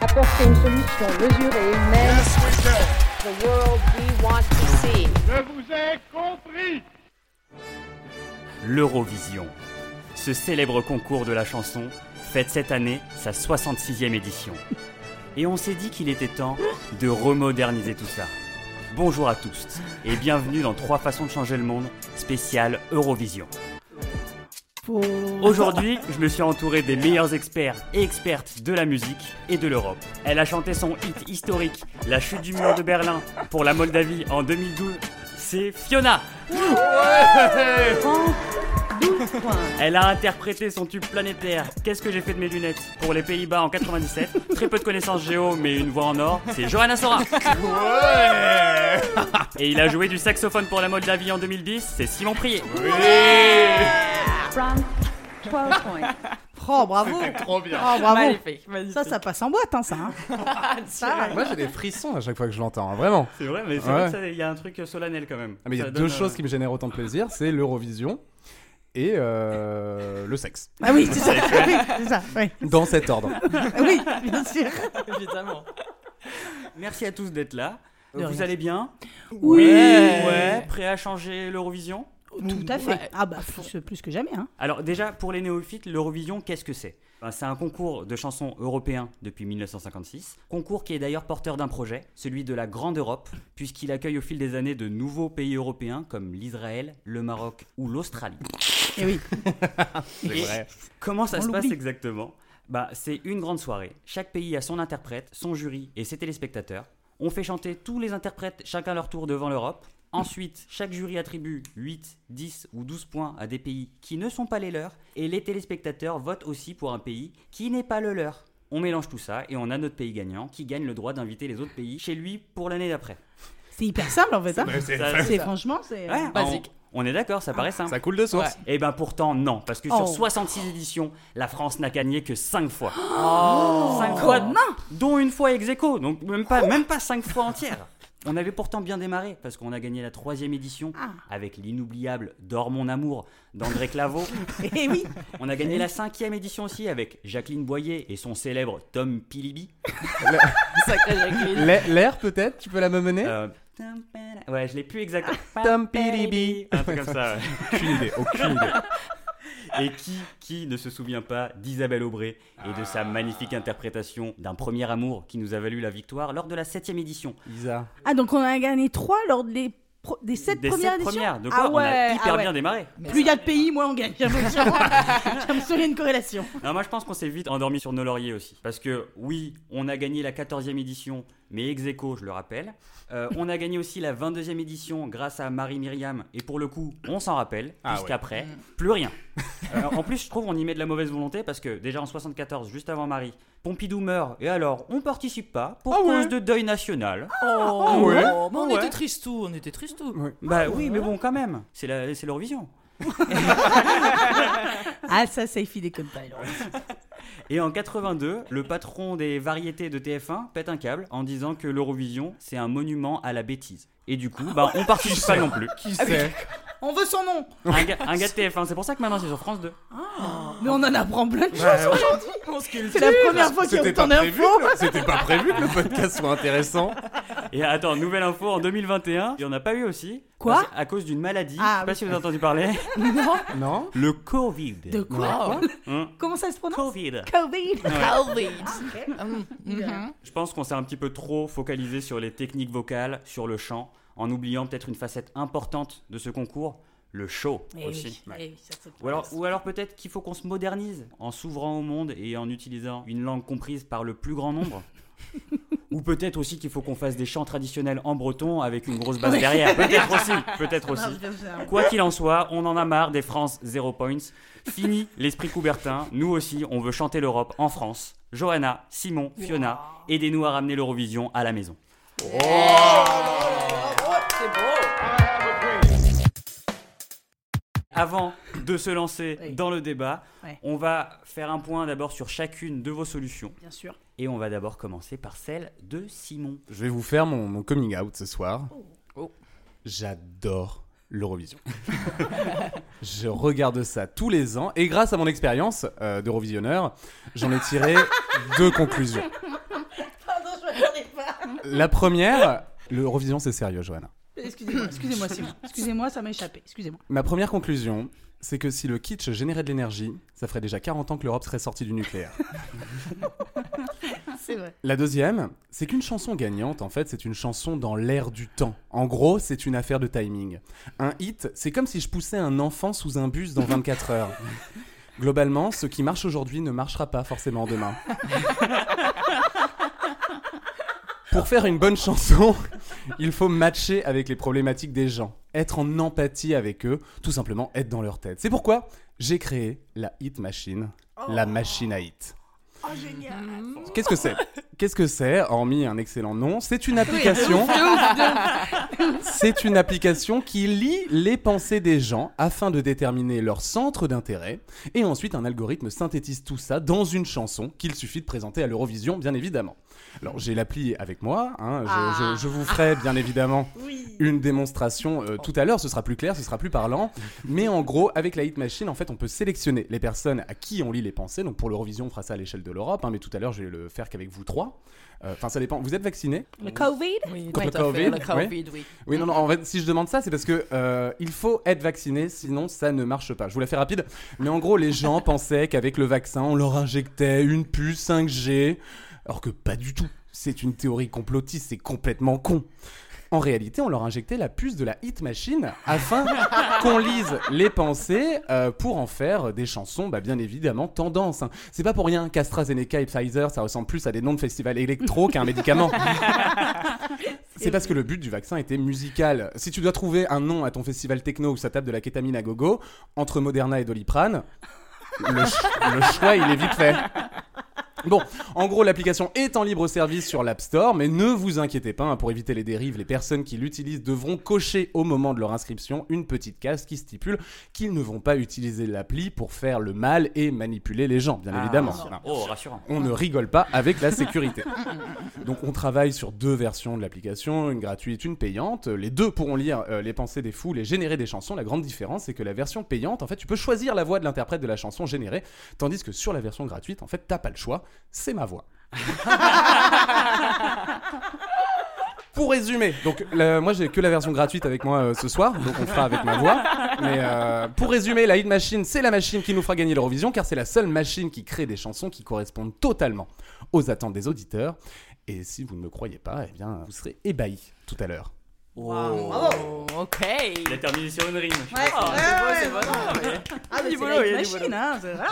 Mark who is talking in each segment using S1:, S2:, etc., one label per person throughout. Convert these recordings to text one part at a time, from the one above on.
S1: apporter une solution mesurée et humaine. The world we want to see.
S2: Je vous ai compris
S3: l'Eurovision. Ce célèbre concours de la chanson fête cette année sa 66e édition. Et on s'est dit qu'il était temps de remoderniser tout ça. Bonjour à tous et bienvenue dans 3 façons de changer le monde spécial Eurovision. Aujourd'hui, je me suis entouré des meilleurs experts et expertes de la musique et de l'Europe. Elle a chanté son hit historique, La chute du mur de Berlin, pour la Moldavie en 2012. C'est Fiona Elle a interprété son tube planétaire Qu'est-ce que j'ai fait de mes lunettes pour les Pays-Bas en 97. Très peu de connaissances géo, mais une voix en or. C'est Johanna Sora. Et il a joué du saxophone pour la Moldavie en 2010. C'est Simon Prier.
S1: From 12 points.
S4: Oh, bravo
S2: Trop bien
S4: Oh,
S5: Ah
S4: bravo
S5: Magnifique, magnifique.
S4: Ça, ça passe en boîte, hein, ça. hein. Ça,
S6: Moi j'ai des frissons à chaque fois que je l'entends, hein, vraiment.
S3: C'est vrai, mais c'est
S6: Ouais.
S3: vrai qu'il y a un truc solennel quand même.
S6: Ah, mais il y a
S3: Ça
S6: deux
S3: donne,
S6: choses
S3: euh,
S6: qui me génèrent autant de plaisir, c'est l'Eurovision et euh, le sexe.
S4: Ah oui, c'est ça. Oui, c'est ça. Oui. Ah
S6: Dans cet ordre.
S4: oui, bien sûr.
S5: Évidemment.
S3: Merci à tous d'être là.
S4: De
S3: Vous
S4: rien.
S3: allez bien
S4: Oui.
S3: Ouais, prêt à changer l'Eurovision
S4: Tout à fait. Ah bah, plus, plus que jamais. Hein.
S3: Alors déjà, pour les néophytes, l'Eurovision, qu'est-ce que c'est Ben, C'est un concours de chansons européen depuis 1956, concours qui est d'ailleurs porteur d'un projet, celui de la Grande Europe, puisqu'il accueille au fil des années de nouveaux pays européens comme l'Israël, le Maroc ou l'Australie.
S4: Et oui.
S3: Et
S6: vrai.
S3: Comment ça
S4: On
S3: se passe
S4: l'oublie.
S3: exactement Bah, c'est une grande soirée. Chaque pays a son interprète, son jury et ses téléspectateurs. On fait chanter tous les interprètes chacun leur tour devant l'Europe. Ensuite, chaque jury attribue 8, 10 ou 12 points à des pays qui ne sont pas les leurs et les téléspectateurs votent aussi pour un pays qui n'est pas le leur. On mélange tout ça et on a notre pays gagnant qui gagne le droit d'inviter les autres pays chez lui pour l'année d'après.
S4: C'est hyper simple, en fait. Hein.
S3: Ça-
S4: C'est franchement, c'est.
S3: Ouais,
S5: Basique.
S3: On, on est d'accord, ça paraît simple.
S6: Ça coule de source.
S3: Et ben pourtant non, parce que
S4: Oh.
S3: sur 66 éditions, la France n'a gagné que 5 fois.
S4: Oh.
S3: 5 fois, dont une fois ex aequo, donc même pas, même pas 5 fois entières. On avait pourtant bien démarré, parce qu'on a gagné la troisième édition
S4: Ah.
S3: avec l'inoubliable Dors mon amour d'André Claveau.
S4: Et eh oui.
S3: On a gagné la cinquième édition aussi avec Jacqueline Boyer et son célèbre Tom Pilibi.
S5: Sacré Jacqueline.
S6: L'a- L'air peut-être, tu peux la me
S4: Eh.
S6: mener
S3: Euh, ouais, je l'ai plus exactement.
S6: Tom Pilibi.
S3: Un truc comme ça. ouais.
S6: Aucune idée, aucune idée.
S3: Et qui, qui ne se souvient pas d'Isabelle Aubray et de
S6: Ah.
S3: sa magnifique interprétation d'un premier amour qui nous a valu la victoire lors de la 7 édition
S6: Isa.
S4: Ah, donc on a gagné 3 lors des, pro- des 7
S3: Des
S4: premières
S3: 7
S4: éditions.
S3: premières, donc
S4: ah
S3: on a
S4: ouais,
S3: hyper
S4: ah ouais.
S3: bien démarré.
S4: Plus il y a de pays, moins on gagne. J'avoue, j'avoue. J'avoue, il y a une corrélation.
S3: Non, moi je pense qu'on s'est vite endormi sur nos lauriers aussi. Parce que oui, on a gagné la 14e édition, mais ex aequo, je le rappelle. Euh, on a gagné aussi la 22e édition grâce à Marie Myriam, et pour le coup, on s'en rappelle,
S6: Ah
S3: puisqu'après, plus rien. Euh, en plus, je trouve on y met de la mauvaise volonté parce que déjà en 74, juste avant Marie, Pompidou meurt, et alors on participe pas pour
S6: Ah ouais. Ah.
S3: cause de deuil national.
S5: Oh,
S6: ouais.
S5: mais on
S6: Ouais.
S5: était tristous, on était tristous.
S3: bah oui, mais bon, quand même, c'est la- c'est l'Eurovision.
S4: Ah, ça, ça y des codes pas. alors.
S3: Et en 82, le patron des variétés de TF1 pète un câble en disant que l'Eurovision, c'est un monument à la bêtise. Et du coup, bah, on participe pas non plus.
S6: Qui
S4: Ah
S6: sait
S4: On veut son nom.
S3: Un gars, un gars de TF1, c'est pour ça que maintenant c'est sur France 2.
S4: Mais on en apprend plein de choses.
S5: On se cultive.
S4: C'est la première fois qu'il y a
S6: C'était pas,
S4: autant
S6: prévu,
S4: d'infos.
S6: que- c'était pas prévu que le podcast soit intéressant.
S3: Et attends, nouvelle info, en 2021, il n'y en a pas eu aussi.
S4: Quoi
S3: Parce- À cause d'une maladie, je
S4: Ah,
S3: sais pas
S4: oui.
S3: si vous avez entendu parler.
S4: Non.
S6: Non
S3: Le Covid.
S4: De quoi
S3: Hein
S4: Comment ça se prononce
S3: Covid.
S4: Covid.
S3: Je pense qu'on s'est un petit peu trop focalisé sur les techniques vocales, sur le chant, en oubliant peut-être une facette importante de ce concours, le show
S4: Eh
S3: aussi.
S4: oui, eh oui, ça, c'est-
S3: Ou alors, ou alors peut-être qu'il faut qu'on se modernise en s'ouvrant au monde et en utilisant une langue comprise par le plus grand nombre. ou peut-être aussi qu'il faut qu'on fasse des chants traditionnels en breton avec une grosse base derrière. Peut-être aussi, peut-être
S4: Ah,
S3: aussi. Quoi qu'il en soit, on en a marre des France Zero Points. Fini l'esprit coubertin. Nous aussi, on veut chanter l'Europe en France. Johanna, Simon, Fiona, aidez-nous à ramener l'Eurovision à la maison. Avant de se lancer
S4: Oui.
S3: dans le débat,
S4: Ouais.
S3: on va faire un point d'abord sur chacune de vos solutions.
S4: Bien sûr.
S3: Et on va d'abord commencer par celle de Simon.
S6: Je vais vous faire mon, mon coming out ce soir.
S5: Oh.
S6: J'adore l'Eurovision. je regarde ça tous les ans et grâce à mon expérience euh, d'Eurovisionneur, j'en ai tiré deux conclusions. La première, l'Eurovision, c'est sérieux, Johanna.
S4: Excusez-moi, excusez-moi, Simon. Excusez-moi, ça m'a échappé. Excusez-moi.
S6: Ma première conclusion, c'est que si le kitsch générait de l'énergie, ça ferait déjà 40 ans que l'Europe serait sortie du nucléaire.
S4: C'est vrai.
S6: La deuxième, c'est qu'une chanson gagnante, en fait, c'est une chanson dans l'air du temps. En gros, c'est une affaire de timing. Un hit, c'est comme si je poussais un enfant sous un bus dans 24 heures. Globalement, ce qui marche aujourd'hui ne marchera pas forcément demain. Pour faire une bonne chanson, il faut matcher avec les problématiques des gens, être en empathie avec eux, tout simplement être dans leur tête. C'est pourquoi j'ai créé la Hit Machine, la machine à hit.
S4: Oh, Mm.
S6: Qu'est-ce que c'est Qu'est-ce que c'est Hormis un excellent nom, c'est une application. C'est une application qui lie les pensées des gens afin de déterminer leur centre d'intérêt. Et ensuite, un algorithme synthétise tout ça dans une chanson qu'il suffit de présenter à l'Eurovision, bien évidemment. Alors, j'ai l'appli avec moi. hein, je, je- je vous ferai, bien évidemment, une démonstration euh, tout à l'heure. Ce sera plus clair, ce sera plus parlant. Mais en gros, avec la Hit Machine, en fait, on peut sélectionner les personnes à qui on lit les pensées. Donc, pour l'Eurovision, on fera ça à l'échelle de l'Europe. hein, mais tout à l'heure, je vais le faire qu'avec vous trois. Euh, Enfin, ça dépend. Vous êtes vaccinés
S4: Le Covid
S5: Oui,
S6: Contre
S5: tout à fait,
S6: Covid,
S5: le Covid, oui.
S6: oui, non, non, en fait, si je demande ça, c'est parce que euh, il faut être vacciné, sinon ça ne marche pas. Je vous la fais rapide, mais en gros, les gens pensaient qu'avec le vaccin, on leur injectait une puce 5G, alors que pas du tout. C'est une théorie complotiste, c'est complètement con. En réalité, on leur injectait la puce de la hit machine afin qu'on lise les pensées euh, pour en faire des chansons, bah, bien évidemment, tendance. hein. C'est pas pour rien qu'AstraZeneca et Pfizer, ça ressemble plus à des noms de festivals électro qu'à un médicament. C'est parce que le but du vaccin était musical. Si tu dois trouver un nom à ton festival techno où ça tape de la kétamine à gogo, entre Moderna et Doliprane, le, ch- le choix, il est vite fait. Bon, en gros, l'application est en libre service sur l'App Store, mais ne vous inquiétez pas, hein, pour éviter les dérives, les personnes qui l'utilisent devront cocher au moment de leur inscription une petite case qui stipule qu'ils ne vont pas utiliser l'appli pour faire le mal et manipuler les gens, bien évidemment. Voilà
S3: Oh, rassurant.
S6: on ne rigole pas avec la sécurité. Donc on travaille sur deux versions de l'application, une gratuite, une payante. Les deux pourront lire euh, les pensées des foules et générer des chansons. La grande différence, c'est que la version payante, en fait, tu peux choisir la voix de l'interprète de la chanson générée, tandis que sur la version gratuite, en fait, t'as pas le choix, c'est ma voix. Pour résumer, donc la- moi j'ai que la version gratuite avec moi euh, ce soir, donc on fera avec ma voix. Mais euh, pour résumer, la Hit Machine, c'est la machine qui nous fera gagner l'Eurovision, car c'est la seule machine qui crée des chansons qui correspondent totalement aux attentes des auditeurs. Et si vous ne me croyez pas, eh bien, vous serez ébahis tout à l'heure.
S5: Bravo. Oh, Ok.
S3: Oh. Il a terminé sur une rime.
S5: Ah, c'est beau, c'est beau. Non, mais-
S4: Ah, mais c'est
S5: du boulot,
S4: la
S5: il y a du
S4: machine,
S5: boulot.
S4: hein. c'est- voilà.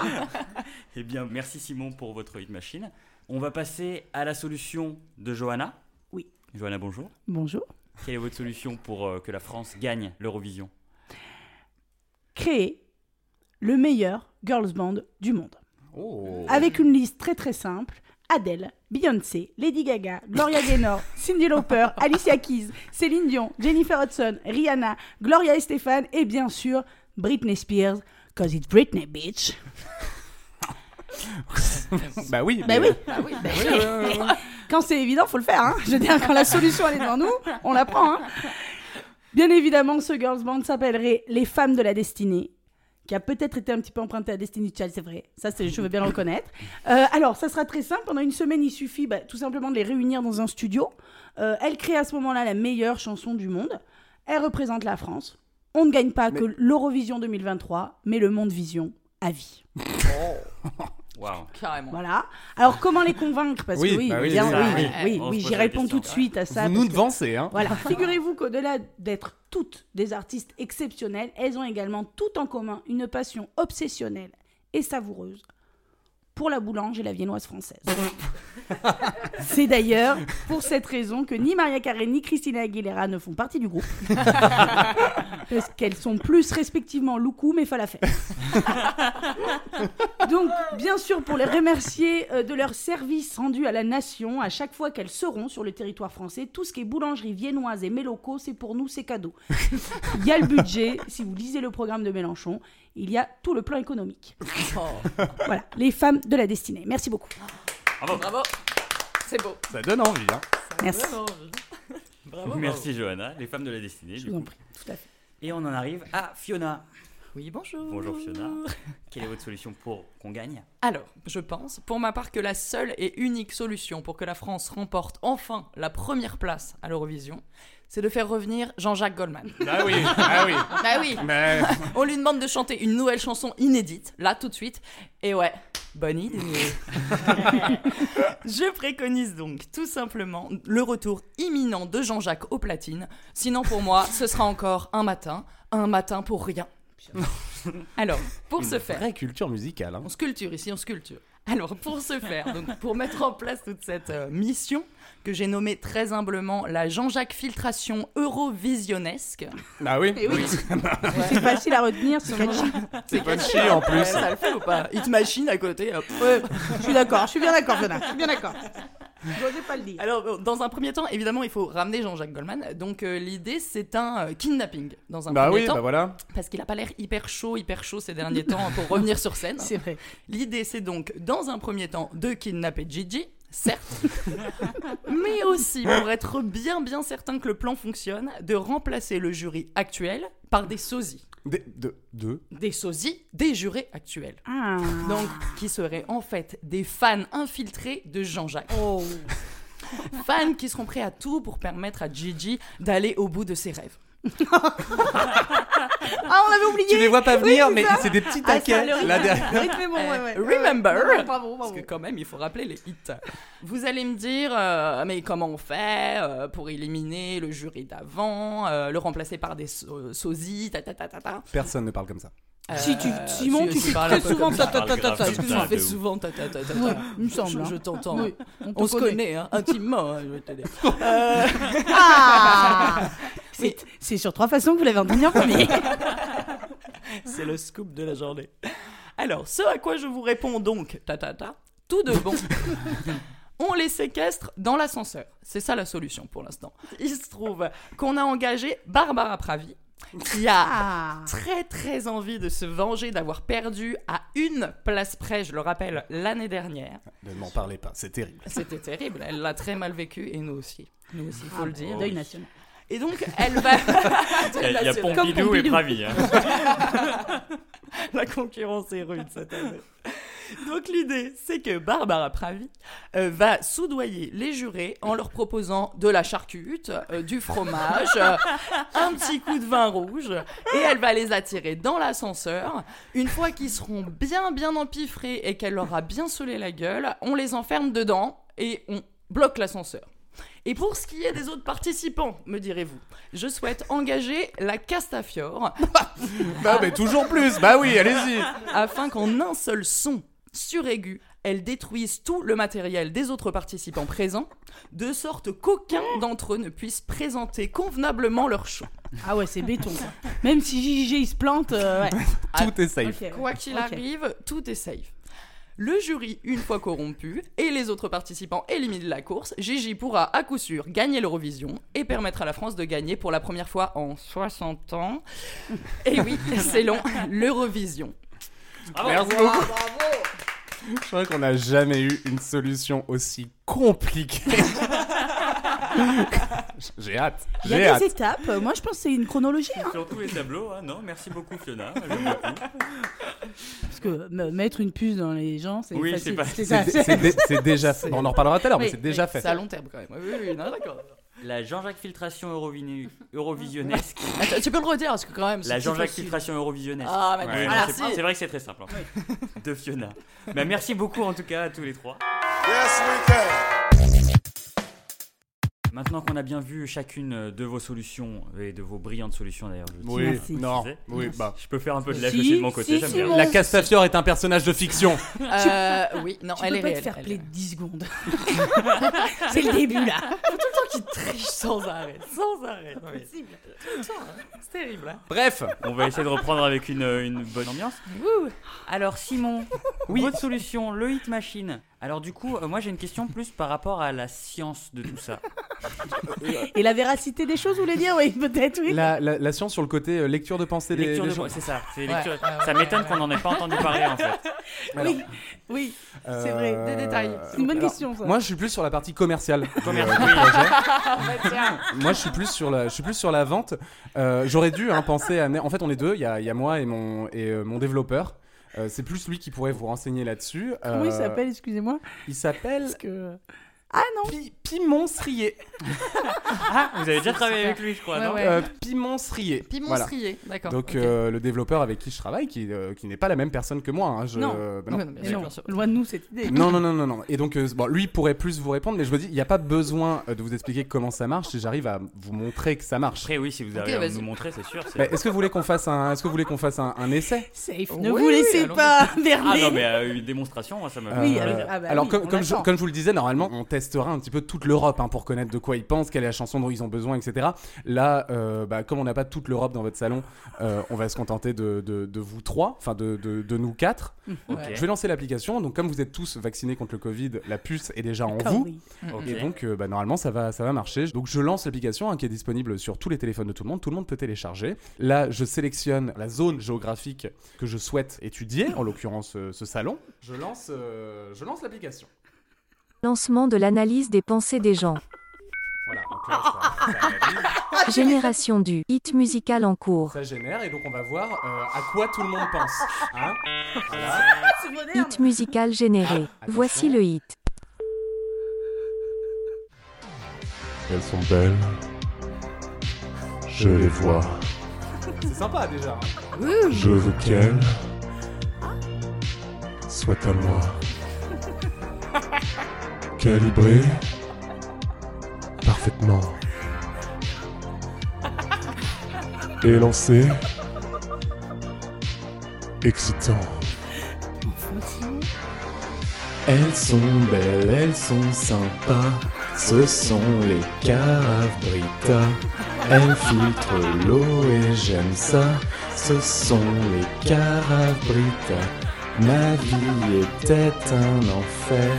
S3: Eh bien, merci Simon pour votre hit machine. On va passer à la solution de Johanna.
S4: Oui.
S3: Johanna, bonjour.
S4: Bonjour.
S3: Quelle est votre solution pour euh, que la France gagne l'Eurovision
S4: Créer le meilleur girls band du monde.
S6: Oh.
S4: Avec une liste très très simple. Adele, Beyoncé, Lady Gaga, Gloria Gaynor, Cindy Lauper, Alicia Keys, Céline Dion, Jennifer Hudson, Rihanna, Gloria Estefan et bien sûr Britney Spears, cause it's Britney bitch.
S6: Bah oui,
S4: Ben
S6: mais- euh,
S4: oui. quand c'est évident, faut le faire. Hein. Je veux dire, quand la solution elle est devant nous, on la prend. hein. Bien évidemment, ce girls band s'appellerait Les Femmes de la Destinée, qui a peut-être été un petit peu emprunté à Destiny Child, c'est vrai. Ça, c'est, je veux bien le reconnaître. Euh, alors, ça sera très simple. Pendant une semaine, il suffit bah, tout simplement de les réunir dans un studio. Euh, elles créent à ce moment-là la meilleure chanson du monde. Elles représentent la France. On ne gagne pas que l'Eurovision 2023, mais le Monde Vision à vie.
S3: Waouh.
S5: Carrément.
S4: Voilà. Alors, comment les convaincre Parce
S6: Oui,
S4: que oui,
S6: bah oui,
S4: bien,
S6: c'est
S4: oui,
S6: ça,
S4: oui,
S3: ouais.
S4: oui,
S3: On
S4: oui,
S3: se pose
S4: j'y
S3: la
S4: réponds
S3: question,
S4: tout de suite à ça.
S6: vous nous
S4: parce que-
S6: devancez, hein.
S4: Voilà. Figurez-vous qu'au-delà d'être toutes des artistes exceptionnelles, elles ont également tout en commun une passion obsessionnelle et savoureuse pour la boulange et la viennoise française. C'est d'ailleurs pour cette raison que ni Maria Carey ni Christina Aguilera ne font partie du groupe. Parce qu'elles sont plus respectivement Loukoum et Falafel. Donc, bien sûr, pour les remercier euh, de leur service rendu à la nation, à chaque fois qu'elles seront sur le territoire français, tout ce qui est boulangerie viennoise et méloco, c'est pour nous, c'est cadeau. Il y a le budget, si vous lisez le programme de Mélenchon, il y a tout le plan économique.
S5: Oh,
S4: Voilà, les femmes de la destinée. Merci beaucoup.
S3: Bravo.
S5: Bravo. C'est beau.
S6: Ça donne envie, hein.
S4: Merci.
S5: Bravo. Bravo.
S3: Merci Johanna, les femmes de la destinée.
S4: Je
S3: du
S4: vous en
S3: coup.
S4: prie, tout à fait.
S3: Et on en arrive à Fiona.
S5: Oui, bonjour.
S3: Bonjour Fiona. Quelle est votre solution pour qu'on gagne
S5: Alors, je pense, pour ma part, que la seule et unique solution pour que la France remporte enfin la première place à l'Eurovision, c'est de faire revenir Jean-Jacques Goldman.
S6: Ah oui, ah oui.
S5: bah oui,
S6: Mais
S5: on lui demande de chanter une nouvelle chanson inédite, là tout de suite. Et ouais, bonne idée. je préconise donc tout simplement le retour imminent de Jean-Jacques aux platines. Sinon, pour moi, ce sera encore un matin, un matin pour rien. Alors, pour
S6: une
S5: ce faire,
S6: Vraie culture musicale. hein.
S5: on sculpture ici, on sculpture. Alors pour ce faire, donc pour mettre en place toute cette euh, mission que j'ai nommée très humblement la Jean-Jacques filtration eurovisionnesque.
S6: Ah oui.
S4: Et Eh oui. C'est facile à retenir, ce mot.
S6: C'est punchy en
S5: Ouais,
S6: plus.
S5: Euh, ça le fait ou pas Hit machine à côté. hop.
S4: Je suis d'accord, je suis bien d'accord, Fiona. Je suis bien d'accord. J'osais pas le dire.
S5: Alors bon, dans un premier temps, évidemment, il faut ramener Jean-Jacques Goldman. Donc euh, l'idée, c'est un euh, kidnapping dans un
S6: Bah
S5: premier
S6: oui,
S5: temps,
S6: bah voilà.
S5: parce qu'il a pas l'air hyper chaud, hyper chaud ces derniers temps hein, pour revenir sur scène.
S4: C'est vrai.
S5: L'idée, c'est donc, dans un premier temps, de kidnapper Gigi, certes, mais aussi, pour être bien, bien certain que le plan fonctionne, de remplacer le jury actuel par des sosies.
S6: Des- Deux. Deux.
S5: Des sosies des jurés actuels.
S4: Ah.
S5: Donc, qui seraient en fait des fans infiltrés de Jean-Jacques.
S4: Oh.
S5: Fans qui seront prêts à tout pour permettre à Gigi d'aller au bout de ses rêves.
S4: Ah, on l'avait
S6: Tu
S4: oublié.
S6: les vois pas
S4: Oui,
S6: venir,
S4: c'est
S6: mais
S4: ça.
S6: c'est des petits
S4: Ah, ça,
S6: taquets
S4: le rythme-
S6: là derrière.
S4: le rythme est bon, ouais, ouais.
S5: Euh, remember.
S4: Ouais, Bravo,
S5: Parce
S4: bravo.
S5: que quand même, il faut rappeler les hits. Vous allez me dire, euh, mais comment on fait euh, pour éliminer le jury d'avant, euh, le remplacer par des so- sosies, ta ta ta ta ta.
S6: Personne ne parle comme ça.
S5: Euh,
S4: Ah, Si tu, Simon,
S5: si,
S4: tu
S5: si,
S4: fais
S5: parle un
S4: très
S5: peu
S4: souvent
S5: comme
S4: ta
S5: ça.
S4: ta ta ta. ta.
S3: Parle
S5: Excuse-moi,
S3: Ah, grave
S5: fais
S3: de ouf.
S5: souvent ta ta ta ta. ta.
S4: Oui, il me
S5: Je-
S4: semble,
S5: Je,
S4: hein.
S5: t'entends.
S4: Oui, te
S5: On se
S4: connaît.
S5: connaît hein, intimement. hein, je te dis.
S4: Ah
S5: Oui.
S4: C'est- C'est sur trois façons que vous l'avez entendu en premier.
S5: C'est le scoop de la journée. Alors, ce à quoi je vous réponds donc, ta ta ta, tout de bon. On les séquestre dans l'ascenseur. C'est ça la solution pour l'instant. Il se trouve qu'on a engagé Barbara Pravi, qui a
S4: Ah.
S5: très très envie de se venger d'avoir perdu à une place près, je le rappelle, l'année dernière.
S6: Ne m'en parlez pas, c'est terrible.
S5: C'était terrible, elle l'a très mal vécu et nous aussi. Nous aussi, il faut le dire.
S4: Ah Deuil national.
S5: Et donc, elle va...
S3: Il y a, il y a Pompidou,
S5: National.
S4: Comme
S3: et
S4: Pompidou.
S3: Pravi. hein.
S5: La concurrence est rude cette année. Donc l'idée, c'est que Barbara Pravi euh, va soudoyer les jurés en leur proposant de la charcute, euh, du fromage, euh, un petit coup de vin rouge, et elle va les attirer dans l'ascenseur. Une fois qu'ils seront bien bien empiffrés et qu'elle leur a bien saoulé la gueule, on les enferme dedans et on bloque l'ascenseur. Et pour ce qui est des autres participants, me direz-vous, je souhaite engager la Castafiore,
S6: Bah mais toujours plus, bah oui, allez-y.
S5: afin qu'en un seul son suraigu, elles détruisent tout le matériel des autres participants présents, de sorte qu'aucun d'entre eux ne puisse présenter convenablement leur show.
S4: Ah ouais, c'est béton. quoi. Même si JJ il se plante, euh, ouais.
S6: Ah, Tout est safe.
S4: Ok.
S5: Quoi qu'il
S4: Ok.
S5: arrive, tout est safe. Le jury, une fois corrompu, et les autres participants éliminés de la course, Gigi pourra à coup sûr gagner l'Eurovision et permettre à la France de gagner pour la première fois en 60 ans. Et oui, c'est long, l'Eurovision.
S6: Merci beaucoup. Ah, Je crois qu'on n'a jamais eu une solution aussi compliquée. J'ai hâte,
S4: Il y a
S6: j'ai hâte.
S4: des étapes. Moi, je pense que c'est une chronologie. hein,
S3: Sur tous les tableaux, hein. non, merci beaucoup Fiona. J'aime beaucoup.
S4: parce que me- mettre une puce dans les gens, c'est
S3: Oui,
S4: facile.
S3: c'est pas-
S4: C'est ça.
S6: C'est c'est dé- c'est déjà fait. On en reparlera tout à l'heure, Ah, mais
S4: Oui,
S6: c'est déjà fait.
S5: C'est à long terme quand même. Oui, oui, oui, non, d'accord.
S3: La Jean-Jacques filtration Eurovini- eurovisionnesque.
S5: Attends, Ah, tu peux le redire parce que quand même.
S3: La
S5: c'est
S3: Jean-Jacques
S5: difficile.
S3: filtration eurovisionnesque.
S5: Ah, bah,
S3: Oui,
S5: non,
S3: non,
S5: merci.
S3: c'est- c'est vrai que c'est très simple. hein. De Fiona. Bah, merci beaucoup en tout cas à tous les trois.
S7: Yes, we can.
S3: Maintenant qu'on a bien vu chacune de vos solutions et de vos brillantes solutions d'ailleurs, je,
S6: Oui,
S4: Merci.
S6: non,
S3: Merci.
S6: oui, bah.
S3: je peux faire un peu de la
S4: Si,
S3: aussi de mon côté.
S4: si,
S3: j'aime
S4: si,
S3: bien.
S4: mon-
S6: La Castafiore est un personnage de fiction.
S5: Euh, oui, non,
S4: Tu
S5: elle
S4: peux
S5: est
S4: pas
S5: réelle.
S4: te faire
S5: elle est
S4: play
S5: réelle.
S4: 10 secondes. c'est le début, là.
S5: qui triche sans arrêt, sans arrêt. C'est terrible. hein.
S6: Bref,
S3: On va essayer de reprendre avec une, euh, une bonne ambiance. Alors Simon, votre solution, le hit machine. Alors du coup, euh, moi j'ai une question plus par rapport à la science de tout ça.
S4: Et la véracité des choses, vous voulez dire Oui, peut-être, oui.
S6: La, la- la science sur le côté euh, lecture de pensée des,
S3: Lecture
S6: des
S3: de
S6: gens.
S3: voix, c'est ça. c'est
S5: Ouais.
S3: lecture- Ça m'étonne qu'on n'en ait pas entendu parler en fait.
S6: Alors,
S4: Oui, oui. c'est
S6: euh,
S4: vrai, des
S5: détails.
S4: C'est une bonne
S6: alors,
S4: question, ça.
S6: Moi, je suis plus sur la partie commerciale. du, euh,
S3: Commerciale.
S6: du projet.
S5: tiens.
S6: moi, je suis plus sur la, je suis plus sur la vente. Euh, J'aurais dû hein, penser à amener. En fait, on est deux. Il y a, il y a moi et mon et euh, mon développeur. Euh, c'est plus lui qui pourrait vous renseigner là-dessus.
S4: Comment il
S6: Euh,
S4: s'appelle, excusez-moi
S6: Il s'appelle
S4: Parce que. Ah non
S6: Pi- Pimon-Srier.
S3: Ah, vous avez déjà travaillé avec lui, je crois,
S5: Ouais,
S3: non
S5: ouais.
S6: Euh, Pimon-Srier. Voilà.
S5: Pimonstrier, d'accord.
S6: Donc
S5: ok.
S6: euh, le développeur avec qui je travaille, qui, euh, qui n'est pas la même personne que moi. hein, je-
S4: Non.
S6: bah
S5: Ouais, non, bien
S4: Mais
S5: sûr,
S4: non,
S5: bien sûr.
S4: loin de nous cette idée.
S6: Non, non, non, non, non. Et donc, euh, bon, lui pourrait plus vous répondre, mais je me dis, il n'y a pas besoin euh, de vous expliquer comment ça marche si j'arrive à vous montrer que ça marche.
S3: Après, oui, si vous
S5: Ok,
S3: arrivez à
S5: vas-y.
S3: nous montrer, c'est sûr. c'est-
S6: Bah, est-ce que vous voulez qu'on fasse un, est-ce que vous voulez qu'on fasse un, un essai
S4: Safe, ne
S5: Oui,
S4: vous laissez
S5: allons-y.
S4: pas berner.
S3: Ah non, mais euh, une démonstration, moi, ça me fait
S4: Oui,
S6: Euh,
S3: plaisir.
S4: alors- ah bah
S6: alors
S4: oui,
S6: comme,
S4: on
S6: comme je,
S4: attend.
S6: comme je vous le disais, normalement, on testera un petit peu toute l'Europe hein, pour connaître de quoi ils pensent, quelle est la chanson dont ils ont besoin, etc. Là, euh, bah, comme on n'a pas toute l'Europe dans votre salon, euh, on va se contenter de, de- de vous trois, enfin de, de- de nous quatre.
S3: Ok.
S6: Je vais lancer l'application. Donc, comme vous êtes tous vaccinés contre le Covid, la puce est déjà en
S4: Comme
S6: vous.
S4: oui.
S3: Ok.
S6: Et donc, euh, bah, normalement, ça va, ça va marcher. Donc, je lance l'application hein, qui est disponible sur tous les téléphones de tout le monde. Tout le monde peut télécharger. Là, je sélectionne la zone géographique que je souhaite étudier, en l'occurrence euh, ce salon. Je lance, euh, je lance l'application.
S7: Lancement de l'analyse des pensées des gens.
S6: Voilà. Donc là, ça, ça analyse,
S7: Génération du hit musical en cours.
S6: ça génère et donc on va voir euh, à quoi tout le monde pense. Hein Voilà.
S4: Ah, c'est moderne.
S7: Hit musical généré.
S6: Ah,
S7: Voici le hit.
S8: Elles sont belles. Je les vois.
S6: C'est sympa déjà. hein.
S8: Je veux qu'elles soient à moi. Calibrées parfaitement. Élancées. Excitant. Elles sont belles, elles sont sympas, ce sont les Carabrita. Elles filtrent l'eau et j'aime ça, ce sont les Carabrita. Ma vie était un enfer,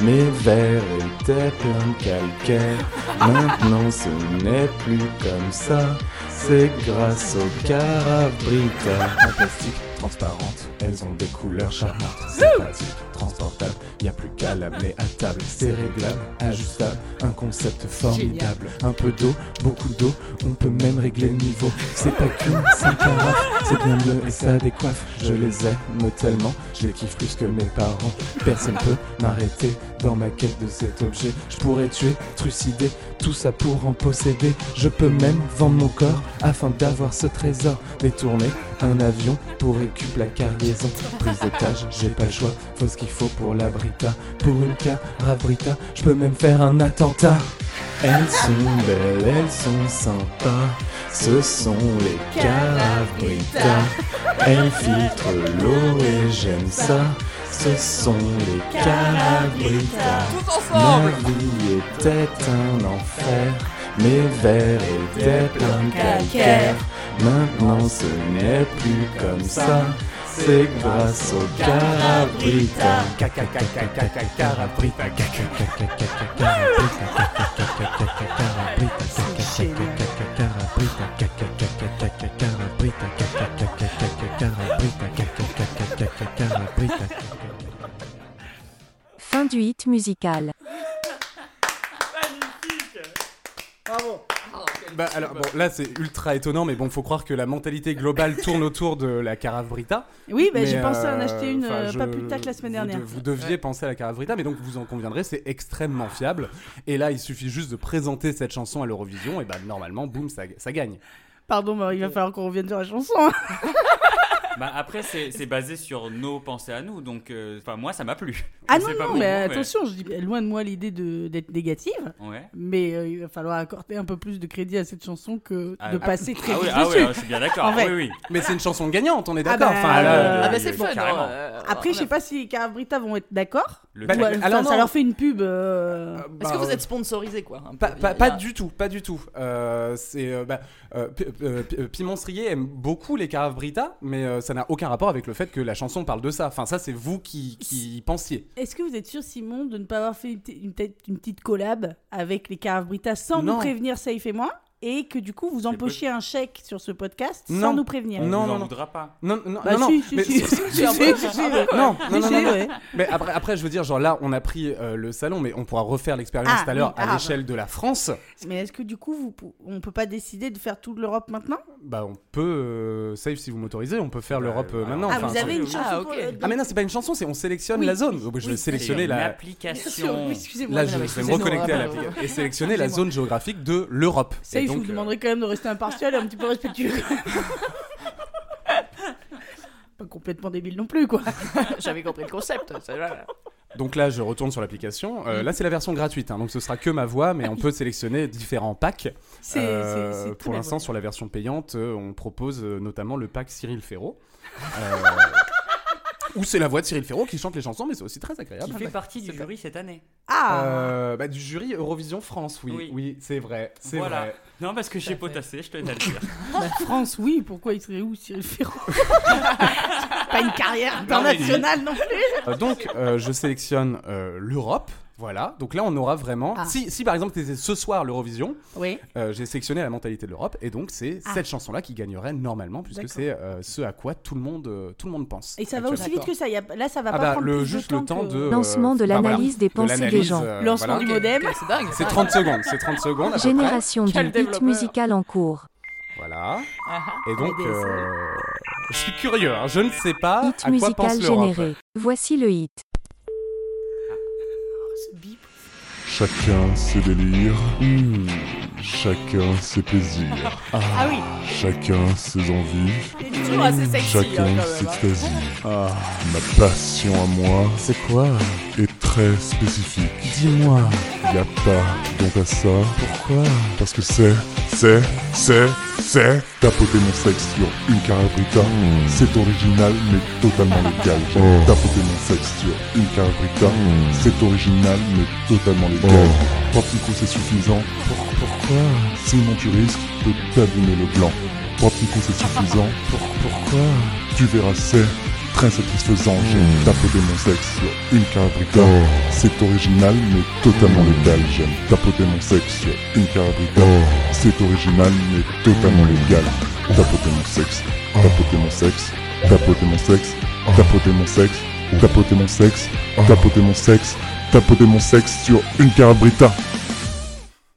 S8: mes verres étaient pleins de calcaire. Maintenant ce n'est plus comme ça, c'est grâce aux Carabrita. En plastique, transparente, elles ont des couleurs charmantes, sympathiques, transportables. Y a plus qu'à l'amener à table, c'est réglable, ajustable, un concept formidable. Un peu d'eau, beaucoup d'eau, on peut même régler le niveau. C'est pas qu'une simple carafe, c'est bien mieux et ça décoiffe. Je les aime tellement, je les kiffe plus que mes parents. Personne peut m'arrêter dans ma quête de cet objet. Je pourrais tuer, trucider, tout ça pour en posséder. Je peux même vendre mon corps afin d'avoir ce trésor. Détourner un avion pour récup la cargaison. Prise d'étage, j'ai pas le choix. Faut ce qu'il faut pour la Brita. Pour une carabrita, je peux même faire un attentat. Elles sont belles, elles sont sympas. Ce sont les carabritas. Elles filtrent l'eau et j'aime ça. Ce sont les carabritas.
S5: Tous
S8: Ma
S5: ensemble
S8: vie était un enfer, mes verres étaient pleins de calcaire. Maintenant ce n'est plus comme ça, c'est grâce au carabrita. Carabrita,
S7: Fin du hit musical.
S6: Bah, alors, bon, là, c'est ultra étonnant, mais bon, faut croire que la mentalité globale tourne autour de la Carabrita.
S4: Oui, bah,
S6: Mais,
S4: j'ai pensé à en
S6: euh,
S4: acheter une
S6: enfin,
S4: euh,
S6: je-
S4: pas plus tard que la semaine
S6: vous de-
S4: dernière.
S6: vous deviez penser à la Caravrita, mais donc vous en conviendrez, c'est extrêmement fiable. Et là, il suffit juste de présenter cette chanson à l'Eurovision, et bah normalement, boum, ça, ça gagne.
S4: Pardon, bah, il va falloir qu'on revienne sur la chanson. Ah
S3: Bah, après, c'est c'est basé sur nos pensées à nous, donc euh, enfin, moi, ça m'a plu. Je
S4: Ah non,
S3: sais pas
S4: non,
S3: pour
S4: mais
S3: vous,
S4: attention, je dis loin de moi l'idée de- d'être négative,
S3: Ouais.
S4: mais euh, il va falloir accorder un peu plus de crédit à cette chanson que
S3: Ah,
S4: de
S3: ah,
S4: passer très
S3: Ah oui,
S4: vite
S3: ah
S4: dessus.
S3: ouais, je suis bien d'accord.
S4: En vrai.
S3: Oui, oui.
S6: Mais c'est une chanson gagnante, on est
S4: Ah
S6: d'accord.
S4: bah,
S6: enfin,
S4: euh,
S6: là,
S5: Ah bah
S3: il y a
S5: c'est
S3: eu
S5: fun
S3: carrément.
S5: euh,
S4: Après,
S5: on
S4: je
S5: a-
S4: sais pas si Carabrita vont être d'accord.
S3: Le
S6: Bah,
S4: Ou,
S3: truc-
S6: ouais.
S4: euh,
S6: alors
S4: enfin, ça
S6: non.
S4: leur fait une pub. euh,
S6: euh,
S5: Est-ce que
S6: bah,
S5: vous êtes sponsorisé quoi un peu
S6: Pas,
S5: Il y
S6: pas-
S5: a-
S6: pas du tout, pas du tout. Euh, c'est euh, bah, euh, P- euh, P- euh, Pimonstrier aime beaucoup les Caravrita, mais euh, ça n'a aucun rapport avec le fait que la chanson parle de ça. Enfin, ça, c'est vous qui, qui y pensiez.
S4: Est-ce que vous êtes sûr, Simon, de ne pas avoir fait une, petite- une petite- une petite collab avec les Caraves Brita sans nous
S6: Non.
S4: prévenir, Saïf et moi et que du coup vous empochiez un chèque sur ce podcast sans
S6: Non.
S4: nous prévenir.
S3: On
S6: Non,
S3: vous en
S6: non, non.
S3: voudra pas.
S6: Non, non,
S4: Bah
S6: non,
S4: si,
S6: non,
S4: si,
S6: mais-
S4: si, si, si, si, si, ouais.
S6: non, non, non,
S4: Si,
S6: non, non.
S4: ouais.
S6: Mais après, après, je veux dire, genre là, on a pris euh, le salon, mais on pourra refaire l'expérience
S4: Ah,
S6: tout à l'heure
S4: oui,
S6: à
S4: ah,
S6: l'échelle de la France.
S4: Mais est-ce que du coup vous, pou- on peut pas décider de faire toute l'Europe maintenant
S6: Bah, on peut, euh, safe si vous m'autorisez, on peut faire
S3: Bah,
S6: l'Europe euh,
S3: bah,
S6: maintenant.
S4: Ah,
S6: enfin,
S4: vous avez
S3: oui,
S4: une
S3: oui.
S4: chanson
S5: Ah,
S4: pour
S5: ok.
S4: le-
S6: Ah mais non, c'est pas une chanson, c'est on sélectionne
S4: Oui,
S6: la zone. Oh, bah, je
S4: oui,
S6: vais sélectionner
S3: C'est une
S6: la.
S4: Bien
S3: application.
S4: sûr, oui, excusez-moi.
S6: Là, je
S4: madame.
S6: vais me
S5: excusez-nous,
S6: reconnecter à
S5: hein.
S6: l'appli et sélectionner la zone géographique de l'Europe.
S4: Safe,
S6: Et
S4: je
S6: donc,
S4: vous
S6: euh,
S4: demanderai quand même de rester impartial et un petit peu respectueux. pas complètement débile non plus quoi.
S6: Euh,
S5: J'avais compris le concept. c'est- voilà.
S6: Donc là, je retourne sur l'application.
S4: Mm.
S6: Euh, là, c'est la version gratuite, hein, donc ce sera que ma voix, mais on peut sélectionner différents packs.
S4: C'est
S6: Euh,
S4: c'est- c'est tout
S6: pour
S4: la
S6: l'instant,
S4: voix.
S6: sur la version payante, euh, on propose euh, notamment le pack Cyril Ferraud. Euh, Ou c'est la voix de Cyril Ferraud qui chante les chansons, mais c'est aussi très
S3: Qui
S6: agréable.
S3: fait partie du jury cette année.
S4: Ah
S6: Euh, bah, du jury Eurovision France, oui,
S3: Oui.
S6: oui, c'est vrai, c'est
S3: Voilà.
S6: vrai.
S3: Non, parce que j'ai potassé, je tenais à le dire.
S4: La France, oui, pourquoi il serait où Cyril Ferraud Pas une carrière internationale non plus
S6: Euh, donc, euh, je sélectionne euh, l'Europe. Voilà, donc là on aura vraiment.
S4: Ah.
S6: Si, si par exemple c'était ce soir l'Eurovision,
S4: Oui.
S6: euh, j'ai sélectionné la mentalité de l'Europe et donc c'est
S4: Ah.
S6: cette chanson-là qui gagnerait normalement puisque
S4: D'accord.
S6: c'est euh, ce à quoi tout le monde, euh, tout le monde pense.
S4: Et ça va aussi
S6: actuellement.
S4: vite que ça. y a- Là, ça va pas
S6: Ah bah,
S4: prendre
S6: le,
S4: plus
S6: juste
S4: de
S6: le temps de. euh,
S7: Lancement de
S6: bah, voilà,
S7: l'analyse des
S6: de
S7: pensées des
S6: l'analyse,
S7: gens.
S6: euh,
S4: Lancement
S6: voilà.
S4: du modem.
S5: Ok, C'est dingue.
S6: C'est 30 secondes, c'est 30 secondes. à peu près.
S7: Génération
S5: Quel
S7: d'une hit
S5: développeur.
S7: musicale en cours.
S6: Voilà.
S5: Ah, ah.
S6: Et donc,
S4: BDSM.
S6: euh, je suis curieux, hein, je ne sais pas
S7: Hit
S6: à quoi pense
S7: musicale
S6: l'Europe.
S7: générée. Voici le hit.
S8: Chacun ses délires, Mmh. chacun ses plaisirs,
S5: Hmm. Ah oui,
S8: chacun ses envies,
S5: c'est toujours assez sexy. hein, quand
S8: chacun
S5: même,
S8: ses
S5: hein.
S8: extasies. Ah, ma passion à moi, c'est quoi Est très spécifique. Dis-moi. Y a pas donc à ça. Pourquoi Parce que c'est, c'est, c'est, c'est tapoter mon sexe sur une carabrita. C'est original mais totalement légal. J'aime Tapoter mon sexe sur une carabrita. C'est original mais totalement légal. Trois petits coups c'est suffisant. pourquoi Sinon tu risques de t'abîmer le blanc. Trois petits coups c'est suffisant. pourquoi Tu verras c'est très satisfaisant. J'aime tapoter mon sexe sur une carabrita. C'est original mais totalement légal. J'aime tapoter mon sexe sur une carabrita. C'est original mais totalement légal. Tapoter mon sexe, tapoter mon sexe, tapoter mon sexe, tapoter mon sexe, tapoter mon sexe, tapoter mon sexe, tapoter mon sexe sur une carabrita.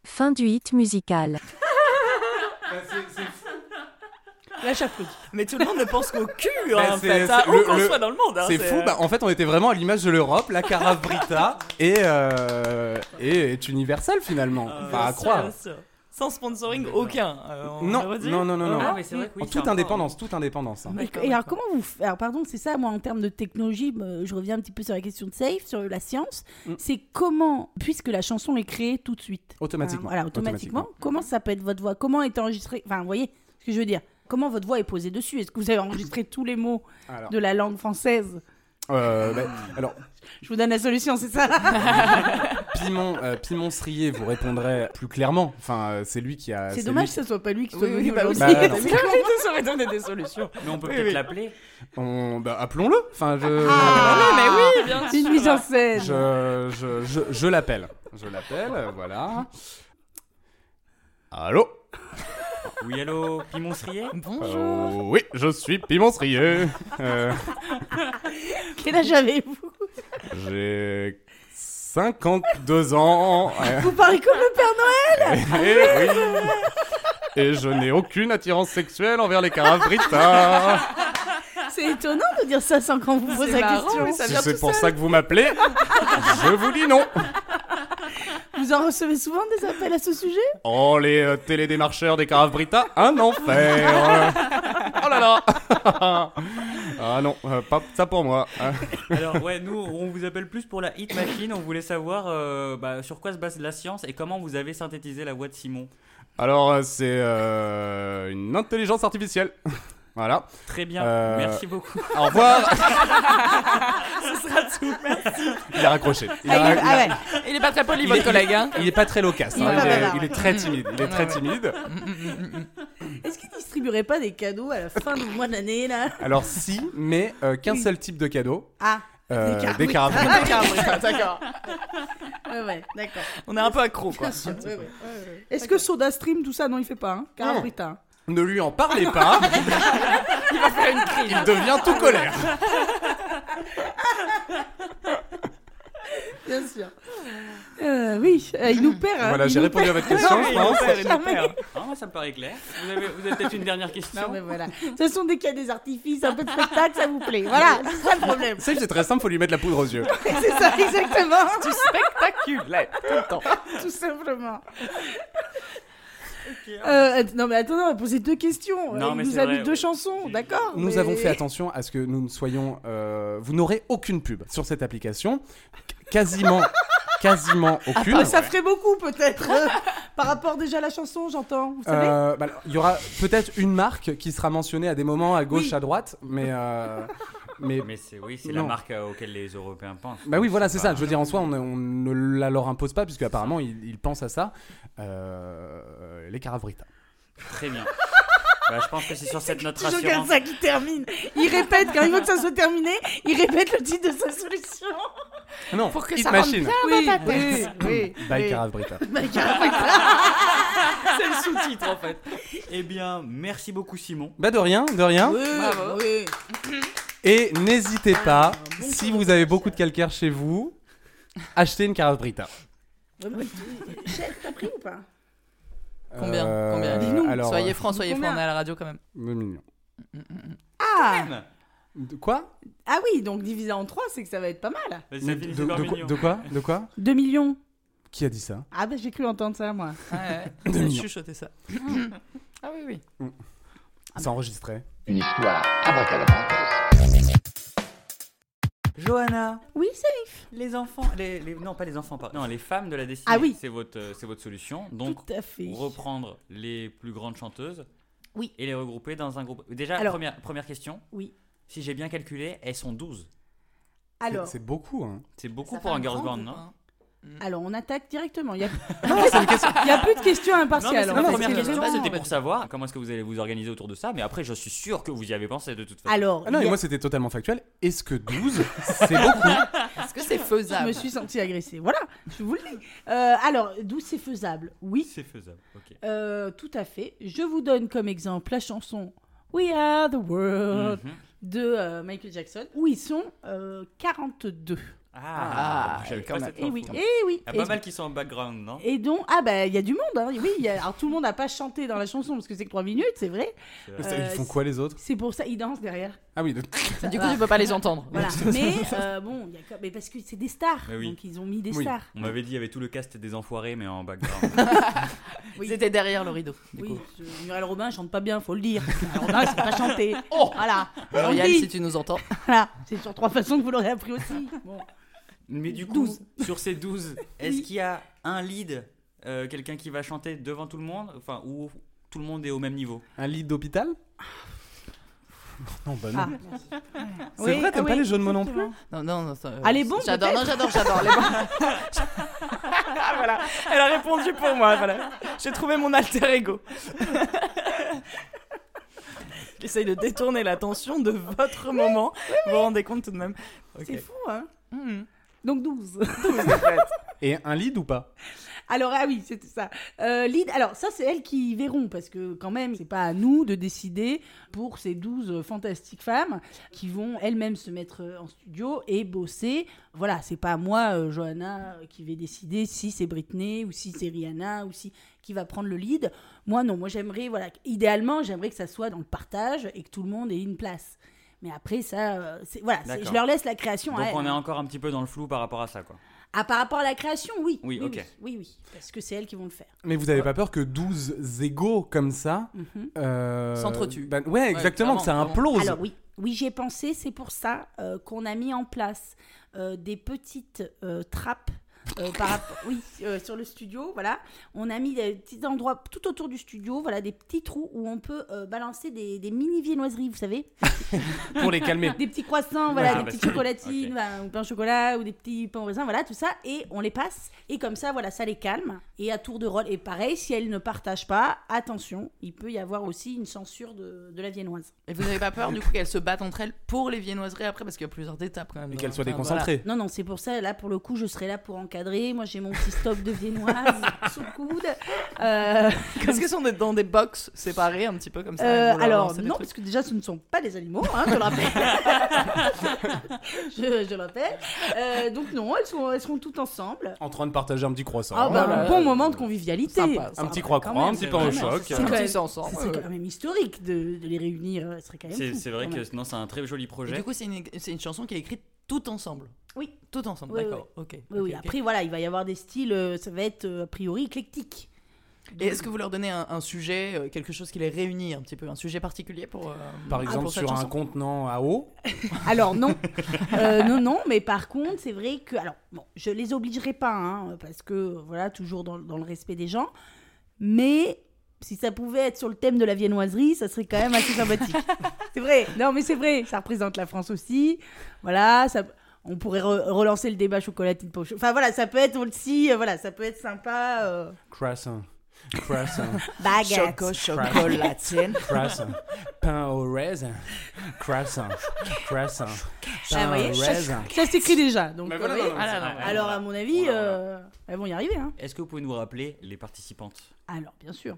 S7: Fin du hit musical.
S4: Là, j'applaudis.
S5: Mais tout le monde ne pense qu'au cul,
S6: Bah,
S5: hein, en
S6: c'est-
S5: fait,
S6: c'est-
S5: hein, où
S6: le-
S5: qu'on
S6: le-
S5: soit dans le monde. hein,
S6: C'est fou, bah, en fait on était vraiment à l'image de l'Europe, la carafe Brita et, euh, et est universelle finalement.
S5: Euh,
S6: Pas à
S5: bien sûr,
S6: croire.
S5: bien sûr. Sans sponsoring aucun. euh, on
S6: Non,
S5: le redit
S6: non, non, non, non.
S3: Ah, mais c'est vrai que oui,
S6: En
S3: c'est
S6: toute
S3: encore-
S6: indépendance, toute indépendance. hein.
S4: Et-
S5: D'accord,
S4: Et alors,
S5: d'accord.
S4: comment vous. f- Alors, pardon, c'est ça, moi, en termes de technologie, me- je reviens un petit peu sur la question de safe, sur la science.
S6: Mm.
S4: C'est comment, puisque la chanson est créée tout de suite.
S6: Automatiquement.
S4: Voilà, automatiquement. Comment ça peut être votre voix Comment est enregistrée Enfin, vous voyez ce que je veux dire Comment votre voix est posée dessus Est-ce que vous avez enregistré tous les mots
S6: Alors,
S4: de la langue française
S6: euh, bah, alors,
S4: Je vous donne la solution, c'est ça
S6: Pimon, euh, Pimon Srier vous répondrait plus clairement. Enfin, euh, c'est lui qui a.
S4: C'est
S6: lui
S4: dommage que
S6: qui-
S4: ce soit pas lui qui soit
S5: Oui, oui,
S4: venu
S5: bah oui,
S4: aujourd'hui.
S6: Bah, non.
S5: c'est clair, ça aurait donné des solutions.
S3: Mais on peut
S5: Oui,
S3: peut-être
S5: oui.
S3: l'appeler.
S6: On... Bah, appelons-le. Enfin, je.
S5: Ah, mais oui, bien
S4: Une
S5: sûr.
S4: mise en scène.
S6: Je, je, je, je l'appelle. Je l'appelle, euh, voilà. Allô
S3: Oui, allô, Pimon Srier
S5: Bonjour.
S6: Euh, Oui, je suis Pimon Srier. Euh,
S4: Quel âge avez-vous
S6: J'ai 52 ans. Euh,
S4: Vous parlez comme le Père Noël
S6: Et, oui. Et je n'ai aucune attirance sexuelle envers les carafes Brita.
S4: C'est étonnant de dire ça sans qu'on vous pose la
S5: C'est marrant, mais
S4: question.
S5: ça
S6: Si
S5: vient
S6: c'est
S5: tout
S6: pour
S5: seul.
S6: ça que vous m'appelez, je vous dis non.
S4: Vous en recevez souvent des appels à ce sujet
S6: Oh, les euh, télédémarcheurs des carafes Brita, un enfer. Oh là là. Ah non, euh, pas ça pour moi. Ah.
S3: Alors, ouais, nous, on vous appelle plus pour la hit machine. On voulait savoir euh, bah, sur quoi se base la science et comment vous avez synthétisé la voix de Simon.
S6: Alors, euh, c'est euh, une intelligence artificielle. voilà.
S3: Très bien,
S6: Euh,
S3: merci beaucoup.
S6: Au revoir.
S5: Ce sera tout. Merci.
S6: Il a raccroché. Il,
S4: Ah,
S6: a-
S4: il-
S6: il a-
S4: ah ouais.
S5: Il est pas très poli,
S6: Il
S5: votre
S6: est-
S5: collègue. Hein.
S6: il est pas très loquace.
S4: Il
S6: hein.
S4: est
S6: Il,
S4: pas
S6: est,
S4: bavard.
S6: il est très timide. Il est très timide.
S4: Est-ce qu'il distribue distribuerait pas des cadeaux à la fin du mois de l'année, là
S6: Alors si, mais euh, qu'un seul type de cadeau.
S4: Ah,
S6: euh,
S4: Des cartes.
S6: des cartes.
S5: D'accord.
S4: ouais, ouais, d'accord.
S5: On est un peu accro, quoi. Hein
S4: Bien sûr, ouais, ouais. Est-ce que Soda Stream, tout ça, non, il fait pas, hein Carabrita. hein.
S6: Ne lui en parlez pas. Il devient tout colère.
S4: Bien sûr. Euh, oui, euh, il nous perd. hein,
S6: Voilà,
S4: il
S6: j'ai
S4: nous
S6: répondu à
S4: perd.
S6: votre question, je pense.
S3: Ah, ça me paraît clair. Vous avez, vous avez peut-être une dernière question
S4: Non, mais voilà. Ce sont des cas des artifices, un peu de spectacle, ça vous plaît. Voilà, c'est ça le problème.
S6: C'est c'est très simple, faut lui mettre la poudre aux yeux.
S4: C'est ça, exactement.
S5: Du spectaculaire, tout le temps.
S4: Tout simplement. Euh, att- non mais attendez, on a posé deux questions. Euh,
S3: Non,
S4: Il
S3: mais
S4: nous
S3: c'est
S4: a
S3: vrai,
S4: mis deux
S3: ouais.
S4: chansons, d'accord
S6: Nous
S4: mais-
S6: avons fait attention à ce que nous ne soyons. euh, vous n'aurez aucune pub sur cette application. Qu- Quasiment, quasiment aucune.
S4: Ah, ça ferait beaucoup peut-être euh, par rapport déjà à la chanson, j'entends. Vous savez
S6: Euh, bah, alors, Il y aura peut-être une marque qui sera mentionnée à des moments à gauche,
S4: Oui.
S6: à droite, mais. euh, mais
S3: Mais c'est oui, c'est la
S6: Non.
S3: marque euh, auquel les Européens pensent.
S6: bah oui, voilà, c'est ça.
S3: pas-
S6: Je veux dire, en soi, on, on ne la leur impose pas, puisque apparemment, ils, ils pensent à ça. Euh, les Caravritas.
S3: Très bien. Bah, je pense que c'est sur cette note
S4: Toujours comme
S3: rassurante.
S4: ça qui termine. Il répète quand il veut que ça soit terminé, il répète le titre de sa solution.
S6: Non,
S5: Pour que
S6: Hit
S5: ça rentre
S6: Machine.
S4: Oui, oui, oui,
S6: By
S4: oui.
S6: Caravrita.
S3: C'est le sous-titre en fait. Eh bien, merci beaucoup Simon.
S6: Bah de rien, de rien.
S5: Bravo.
S4: Oui.
S6: Et n'hésitez pas, si vous avez beaucoup de calcaire chez vous, achetez une Caravrita.
S4: Chef, t'as pris ou pas
S5: Combien
S6: Euh,
S5: Combien
S6: Dis-nous. alors,
S5: Soyez
S6: euh,
S5: francs, soyez
S4: combien
S5: francs, on est à la radio quand même.
S6: Deux millions.
S4: Ah,
S6: De quoi
S4: ah oui, donc divisé en 3, c'est que ça va être pas mal.
S3: Vas-y,
S6: de,
S3: ça finit
S6: de-
S3: par
S6: de quoi
S3: mignon.
S6: De quoi De quoi
S4: 2 millions.
S6: Qui a dit ça
S4: Ah ben j'ai cru entendre ça moi.
S5: Ouais, Ah
S6: Deux
S5: ouais.
S6: millions.
S5: Chuchoter ça. ah oui, oui.
S6: C'est enregistré.
S9: Une histoire abracadabrantesque.
S3: Johanna,
S4: Oui, c'est
S3: les enfants, les, les- non pas les enfants, pardon, non les femmes de la destinée.
S4: Ah oui.
S3: C'est votre, euh, c'est votre solution. Donc
S4: tout à fait.
S3: reprendre les plus grandes chanteuses.
S4: Oui.
S3: Et les regrouper dans un groupe. Déjà,
S4: Alors-
S3: première, première question.
S4: Oui.
S3: Si j'ai bien calculé, elles sont 12.
S4: Alors,
S6: C'est c'est beaucoup, hein.
S3: C'est beaucoup pour un girls band,
S5: hein.
S3: non
S4: alors on attaque directement. Il y a, Il y a plus de questions
S3: Non, mais
S4: impartiales.
S3: c'est
S4: en
S3: la
S4: fait,
S3: première
S4: c'est
S3: question,
S4: vraiment-
S3: c'était pour savoir comment est-ce que vous allez vous organiser autour de ça, mais après je suis sûr que vous y avez pensé de toute façon.
S4: Alors,
S6: Ah non,
S4: il y
S6: et
S4: a-
S6: moi c'était totalement factuel. Est-ce que 12, c'est beaucoup
S5: Est-ce que c'est
S4: je
S5: faisable
S4: me suis sentie agressée. Voilà, je vous le dis. Euh, alors, d'où c'est faisable Oui,
S3: C'est faisable, ok.
S4: euh, tout à fait. Je vous donne comme exemple la chanson We Are the World
S3: Mhm.
S4: de euh, Michael Jackson, où ils sont euh, 42.
S3: Ah,
S5: Ah,
S3: j'avais
S5: quand
S3: pas
S5: même.
S3: cette
S4: Et
S3: info.
S4: Eh oui,
S3: Il
S4: et oui.
S3: y a
S4: Et-
S3: pas mal qui sont en background, non
S4: Et donc, ah bah il y a du monde, hein. oui, il y a- alors tout le monde n'a pas chanté dans la chanson parce que c'est que 3 minutes, c'est vrai.
S6: Ils font quoi les autres
S4: C'est pour ça, ils dansent derrière.
S6: Ah oui, de-
S5: Du coup, tu peux pas les entendre.
S4: Voilà. mais euh, bon, il y a quand- mais parce que c'est des stars,
S3: Mais oui.
S4: donc ils ont mis des
S6: Eh Oui.
S4: stars.
S3: On m'avait dit il y avait tout le cast des enfoirés, mais en background.
S5: Ils étaient derrière le rideau.
S4: Oui, ce- Muriel Robin chante pas bien, faut le dire. Muriel Robin, elle sait pas chanter.
S6: Oh.
S4: Voilà.
S6: Bah
S4: On le
S5: L'Oréal,
S4: dit.
S5: si tu nous entends.
S4: Voilà. C'est sur trois façons que vous l'aurez appris aussi. Bon.
S3: mais du coup,
S4: 12.
S3: sur ces 12, est-ce qu'il y a un lead, euh, quelqu'un qui va chanter devant tout le monde, enfin, où tout le monde est au même niveau
S6: un lit d'hôpital Non, bah non.
S4: Ah.
S6: C'est
S4: Oui,
S6: vrai, t'aimes
S4: ah
S6: pas
S4: oui,
S6: les jeux de mots non plus
S4: exactement.
S5: Non, non, non. ça- euh,
S4: Ah, les bons,
S5: J'adore, non,
S4: peut-être
S5: j'adore, j'adore. Les bons. Ah, voilà. Elle a répondu pour moi. Voilà. J'ai trouvé mon alter ego. J'essaye de détourner l'attention de votre moment. Vous vous rendez compte tout de même
S4: C'est fou, hein
S5: Mhm.
S4: Donc 12.
S6: Et un lead ou pas
S4: Alors, ah oui, c'était ça. Euh, Lyd- alors ça, c'est elles qui verront, parce que quand même, c'est pas à nous de décider pour ces 12 fantastiques femmes qui vont elles-mêmes se mettre euh, en studio et bosser. Voilà, c'est pas moi, euh, Johanna, euh, qui vais décider si c'est Britney ou si c'est Rihanna ou si qui va prendre le lead. Moi, non, moi j'aimerais, voilà, idéalement, j'aimerais que ça soit dans le partage et que tout le monde ait une place. Mais après, ça, euh, c'est- voilà, c'est- je
S3: D'accord.
S4: leur laisse la création.
S3: Donc
S4: à elles.
S3: on est encore un petit peu dans le flou par rapport à ça, quoi.
S4: Ah, par rapport à la création, oui.
S3: Oui, ok.
S4: Oui, oui, oui, parce que c'est elles qui vont le faire.
S6: Mais vous avez pas peur que 12 égaux comme ça
S4: Mhm.
S6: euh,
S5: S'entretuent.
S6: bah, ouais, exactement, que ça
S5: clairement, clairement.
S6: implose.
S4: Alors oui, oui j'y ai pensé, c'est pour ça euh, qu'on a mis en place euh, des petites euh, trappes euh, par rapport- oui, euh, sur le studio, voilà. On a mis des petits endroits tout autour du studio, voilà, des petits trous où on peut euh, balancer des, des mini viennoiseries, vous savez,
S6: pour les calmer.
S4: des petits croissants, voilà,
S3: Ah,
S4: des
S3: bah,
S4: petites
S3: c'est-
S4: chocolatines,
S3: ok.
S4: voilà, ou pain au chocolat, ou des petits pains au raisin, voilà, tout ça, et on les passe, et comme ça, voilà, ça les calme, et à tour de rôle, et pareil, si elles ne partagent pas, attention, il peut y avoir aussi une censure de, de la viennoise.
S5: Et vous n'avez pas peur du coup qu'elles se battent entre elles pour les viennoiseries après parce qu'il y a plusieurs étapes quand même.
S6: Et
S5: dans
S6: qu'elle
S5: un-
S6: soit
S5: enfin,
S6: déconcentrée.
S4: Non, non, c'est pour ça, là, pour le coup, je serai là pour encadrer, moi, j'ai mon petit stock de viennoise sous le coude, Euh,
S5: voilà. Est-ce que si on est dans des box séparées un petit peu comme ça
S4: Euh,
S5: on leur
S4: alors,
S5: lance des
S4: non,
S5: trucs
S4: parce que déjà, ce ne sont pas des animaux, hein, je le rappelle. je, je le rappelle. Euh, donc, non, elles, sont, elles seront toutes ensemble.
S6: En train de partager un petit croissant.
S4: Ah, bah,
S5: voilà.
S4: un bon moment de convivialité.
S5: Sympa,
S6: Un
S5: sympa.
S6: petit
S4: quand
S6: croix-croix,
S4: même,
S6: un petit
S3: c'est
S6: pain au
S3: vraiment-
S6: choc.
S4: c'est-
S5: Quand
S4: Ouais.
S5: ils sont ensemble.
S4: C'est
S5: ouais.
S4: quand même historique de, de les réunir, ce serait quand même.
S3: C'est
S4: fou,
S3: c'est vrai
S4: quand
S3: que
S4: même.
S3: sinon, c'est un très joli
S5: Et
S3: projet.
S5: du coup, c'est une, c'est une chanson qui est écrite tout ensemble.
S4: Oui.
S5: Tout ensemble,
S4: Oui,
S5: d'accord. Ok.
S4: Oui,
S5: ok,
S4: oui,
S5: ok.
S4: après, voilà, il va y avoir des styles, euh, ça va être euh, a priori éclectique.
S5: Et
S4: euh,
S5: est-ce que vous leur donnez un, un sujet, euh, quelque chose qui les réunit un petit peu, un sujet particulier pour. euh,
S6: Par
S5: pour
S6: exemple,
S5: cette
S6: sur un
S5: chanson
S6: contenant à eau.
S4: Alors, non. Euh, non, non, mais par contre, c'est vrai que. Alors, bon, je les obligerai pas, hein, parce que, voilà, toujours dans, dans le respect des gens. Mais si ça pouvait être sur le thème de la viennoiserie, ça serait quand même assez sympathique. c'est vrai. Non, mais c'est vrai. Ça représente la France aussi. Voilà, ça. On pourrait re- relancer le débat chocolatine poche. Enfin voilà, ça peut être aussi, euh, voilà, ça peut être sympa. euh,
S6: Croissant. Croissant.
S4: baguette.
S5: Choco, chocolatine.
S6: Croissant. Pain au raisin. Croissant. Croissant.
S4: Ah, vous voyez, ça, ça s'écrit déjà. Donc,
S6: Mais
S4: euh,
S6: voilà,
S4: vous voyez.
S6: non, non,
S5: Ah là
S6: c'est-
S5: là.
S3: ouais.
S4: alors à mon avis,
S3: Voilà, voilà.
S4: euh, elles vont y arriver. Hein.
S3: Est-ce que vous pouvez nous rappeler les participantes
S4: Alors bien sûr.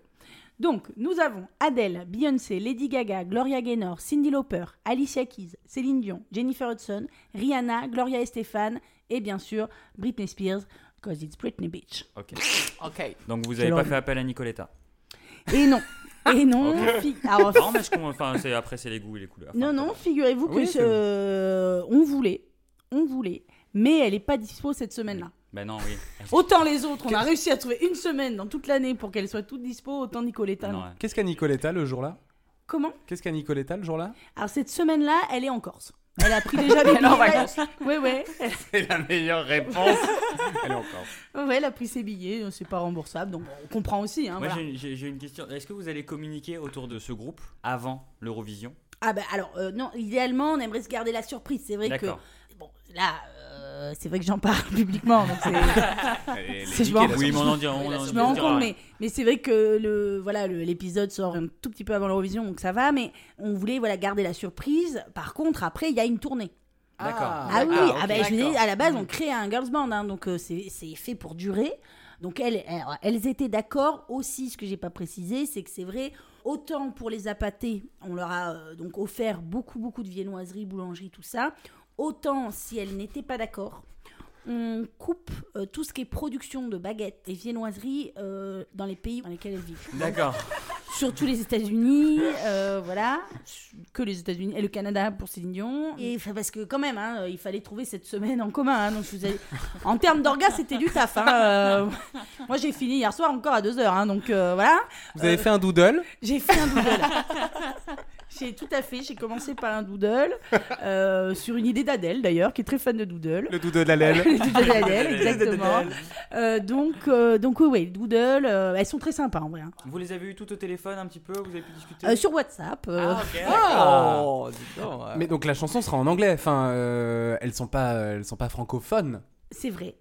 S4: Donc nous avons Adele, Beyoncé, Lady Gaga, Gloria Gaynor, Cindy Lauper, Alicia Keys, Céline Dion, Jennifer Hudson, Rihanna, Gloria Estefan et bien sûr Britney Spears, cause it's Britney Beach.
S3: Ok.
S5: ok.
S3: Donc vous n'avez
S4: Quelle
S3: pas
S4: envie.
S3: fait appel à Nicoletta.
S4: Et non, et non.
S3: Ok.
S4: fi- alors,
S3: Non, mais je comprends- enfin, c'est- après c'est les goûts et les couleurs.
S4: Non,
S3: Enfin,
S4: non, figurez-vous
S6: Oui,
S4: que
S6: c'est bon.
S4: euh, on voulait, on voulait, mais elle n'est pas dispo cette semaine-là.
S3: Bah non, oui.
S4: Autant les autres, on a réussi à trouver une semaine dans toute l'année pour qu'elles soient toutes dispo, autant Nicoletta. non.
S3: Non, ouais.
S6: Qu'est-ce qu'a Nicoletta le jour-là
S4: Comment
S6: Qu'est-ce qu'a Nicoletta le jour-là
S4: Alors cette semaine-là, elle est en Corse. Elle a pris déjà des billets.
S5: en vacances.
S4: Ouais, ouais. Elle-
S6: C'est la meilleure réponse. Elle est encore.
S4: ouais, elle a pris ses billets, euh, c'est pas remboursable, donc on comprend aussi. hein,
S3: Moi
S4: voilà.
S3: j'ai une- j'ai j'ai une question. Est-ce que vous allez communiquer autour de ce groupe avant l'Eurovision
S4: Ah bah alors, euh, non, idéalement, on aimerait se garder la surprise. C'est vrai que,
S3: D'accord.
S4: bon, là, euh, c'est vrai que j'en parle publiquement, donc c'est... C'est je me rends-
S3: Oui, mais on en dira. on
S5: Oui, là,
S3: en-
S5: je
S4: Je me
S3: on en
S4: rends
S3: dira,
S4: compte,
S3: ouais.
S4: mais, mais c'est vrai que le voilà le- l'épisode sort un tout petit peu avant l'Eurovision, donc ça va, mais on voulait voilà garder la surprise. Par contre, après, il y a une tournée.
S6: D'accord.
S4: Ah,
S5: Ah,
S4: oui,
S5: d'accord,
S4: ah
S5: ok,
S4: bah, je vous ai dit,
S5: d'accord. Mm.
S4: à la base, on crée un girls band, hein, donc euh, c'est c'est fait pour durer. Donc elles, elles, elles étaient d'accord aussi, ce que j'ai pas précisé, c'est que c'est vrai, autant pour les apatés, on leur a euh, donc offert beaucoup, beaucoup de viennoiseries, boulangeries, tout ça, autant si elles n'étaient pas d'accord, on coupe euh, tout ce qui est production de baguettes et viennoiseries euh, dans les pays dans lesquels elles vivent.
S3: Ah, D'accord.
S4: Surtout les États-Unis, euh, voilà, que les États-Unis et le Canada pour Céline Dion. Et enfin, parce que quand même, hein, il fallait trouver cette semaine en commun. hein, donc je vous ai- en termes d'orgas, c'était du taf. hein, euh, Moi, j'ai fini hier soir encore à 2 heures, hein, donc euh, voilà.
S6: Vous avez fait un doodle
S4: J'ai fait un doodle. J'ai tout à fait. J'ai commencé par un doodle euh, sur une idée d'Adèle d'ailleurs, qui est très fan de doodle.
S6: Le doodle de la Lelle.
S4: Le doodle d'Adèle, exactement. Euh, donc, euh, donc oui, oui, le doodle, euh, elles sont très sympas en vrai. hein.
S3: Vous les avez eu tout au téléphone un petit peu Vous avez pu discuter
S4: Euh, sur WhatsApp. euh,
S3: Ah, ok.
S5: Oh, dis donc. euh.
S6: Mais donc la chanson sera en anglais. Enfin, euh, elles sont pas, elles sont pas francophones.
S4: C'est vrai.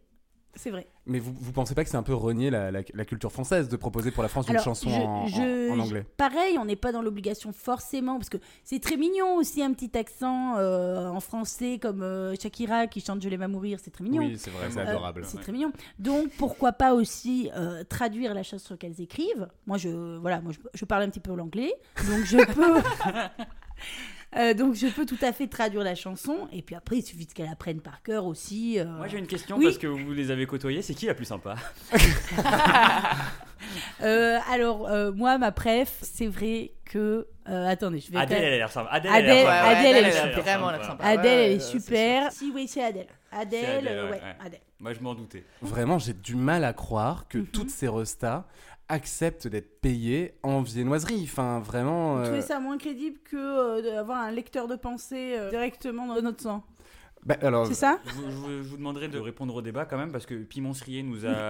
S4: C'est vrai.
S6: Mais vous, vous pensez pas que c'est un peu renier la, la- la culture française de proposer pour la France une chanson
S4: je-
S6: en, en-
S4: je-
S6: en anglais
S4: Pareil, on n'est pas dans l'obligation forcément, parce que c'est très mignon aussi un petit accent euh, en français comme euh, Shakira qui chante Je l'aime à mourir, c'est très mignon.
S6: Oui, c'est vrai, c'est
S3: Euh,
S4: Euh,
S6: adorable.
S4: c'est
S3: ouais.
S4: très mignon. Donc pourquoi pas aussi euh, traduire la chanson qu'elles écrivent. Moi je voilà, moi je, je parle un petit peu l'anglais, donc je peux. Euh, donc je peux tout à fait traduire la chanson et puis après il suffit qu'elle apprenne par cœur aussi. euh,
S3: Moi j'ai une question
S4: Oui.
S3: parce que vous les avez côtoyés. C'est qui la plus sympa
S4: Euh, alors euh, moi ma préf, c'est vrai que euh, attendez je vais quand
S3: Adèle, Ah bah
S4: même-
S3: elle a l'air sympa. Adèle, elle
S4: Adèle,
S3: a l'air sympa.
S4: Adèle, elle est
S5: a
S3: super.
S5: vraiment l'air sympa.
S4: Adèle,
S5: Ouais,
S4: elle est
S5: ouais, ouais,
S4: super. Si, oui, c'est Adèle. Adèle,
S3: euh, C'est Adèle,
S4: euh, ouais,
S3: ouais, ouais.
S4: Adèle.
S3: Moi je m'en doutais.
S6: Vraiment, j'ai du mal à croire
S4: Mhm.
S6: que toutes ces restas acceptent d'être payées en viennoiserie. Enfin, vraiment.
S4: Vous
S6: euh,
S4: trouvez ça moins crédible que euh, d'avoir un lecteur de pensée euh, directement dans notre sang
S6: Bah, alors,
S4: C'est ça
S3: Je, vous- je vous- je vous demanderai de répondre au débat quand même parce que Pimon Srier nous a.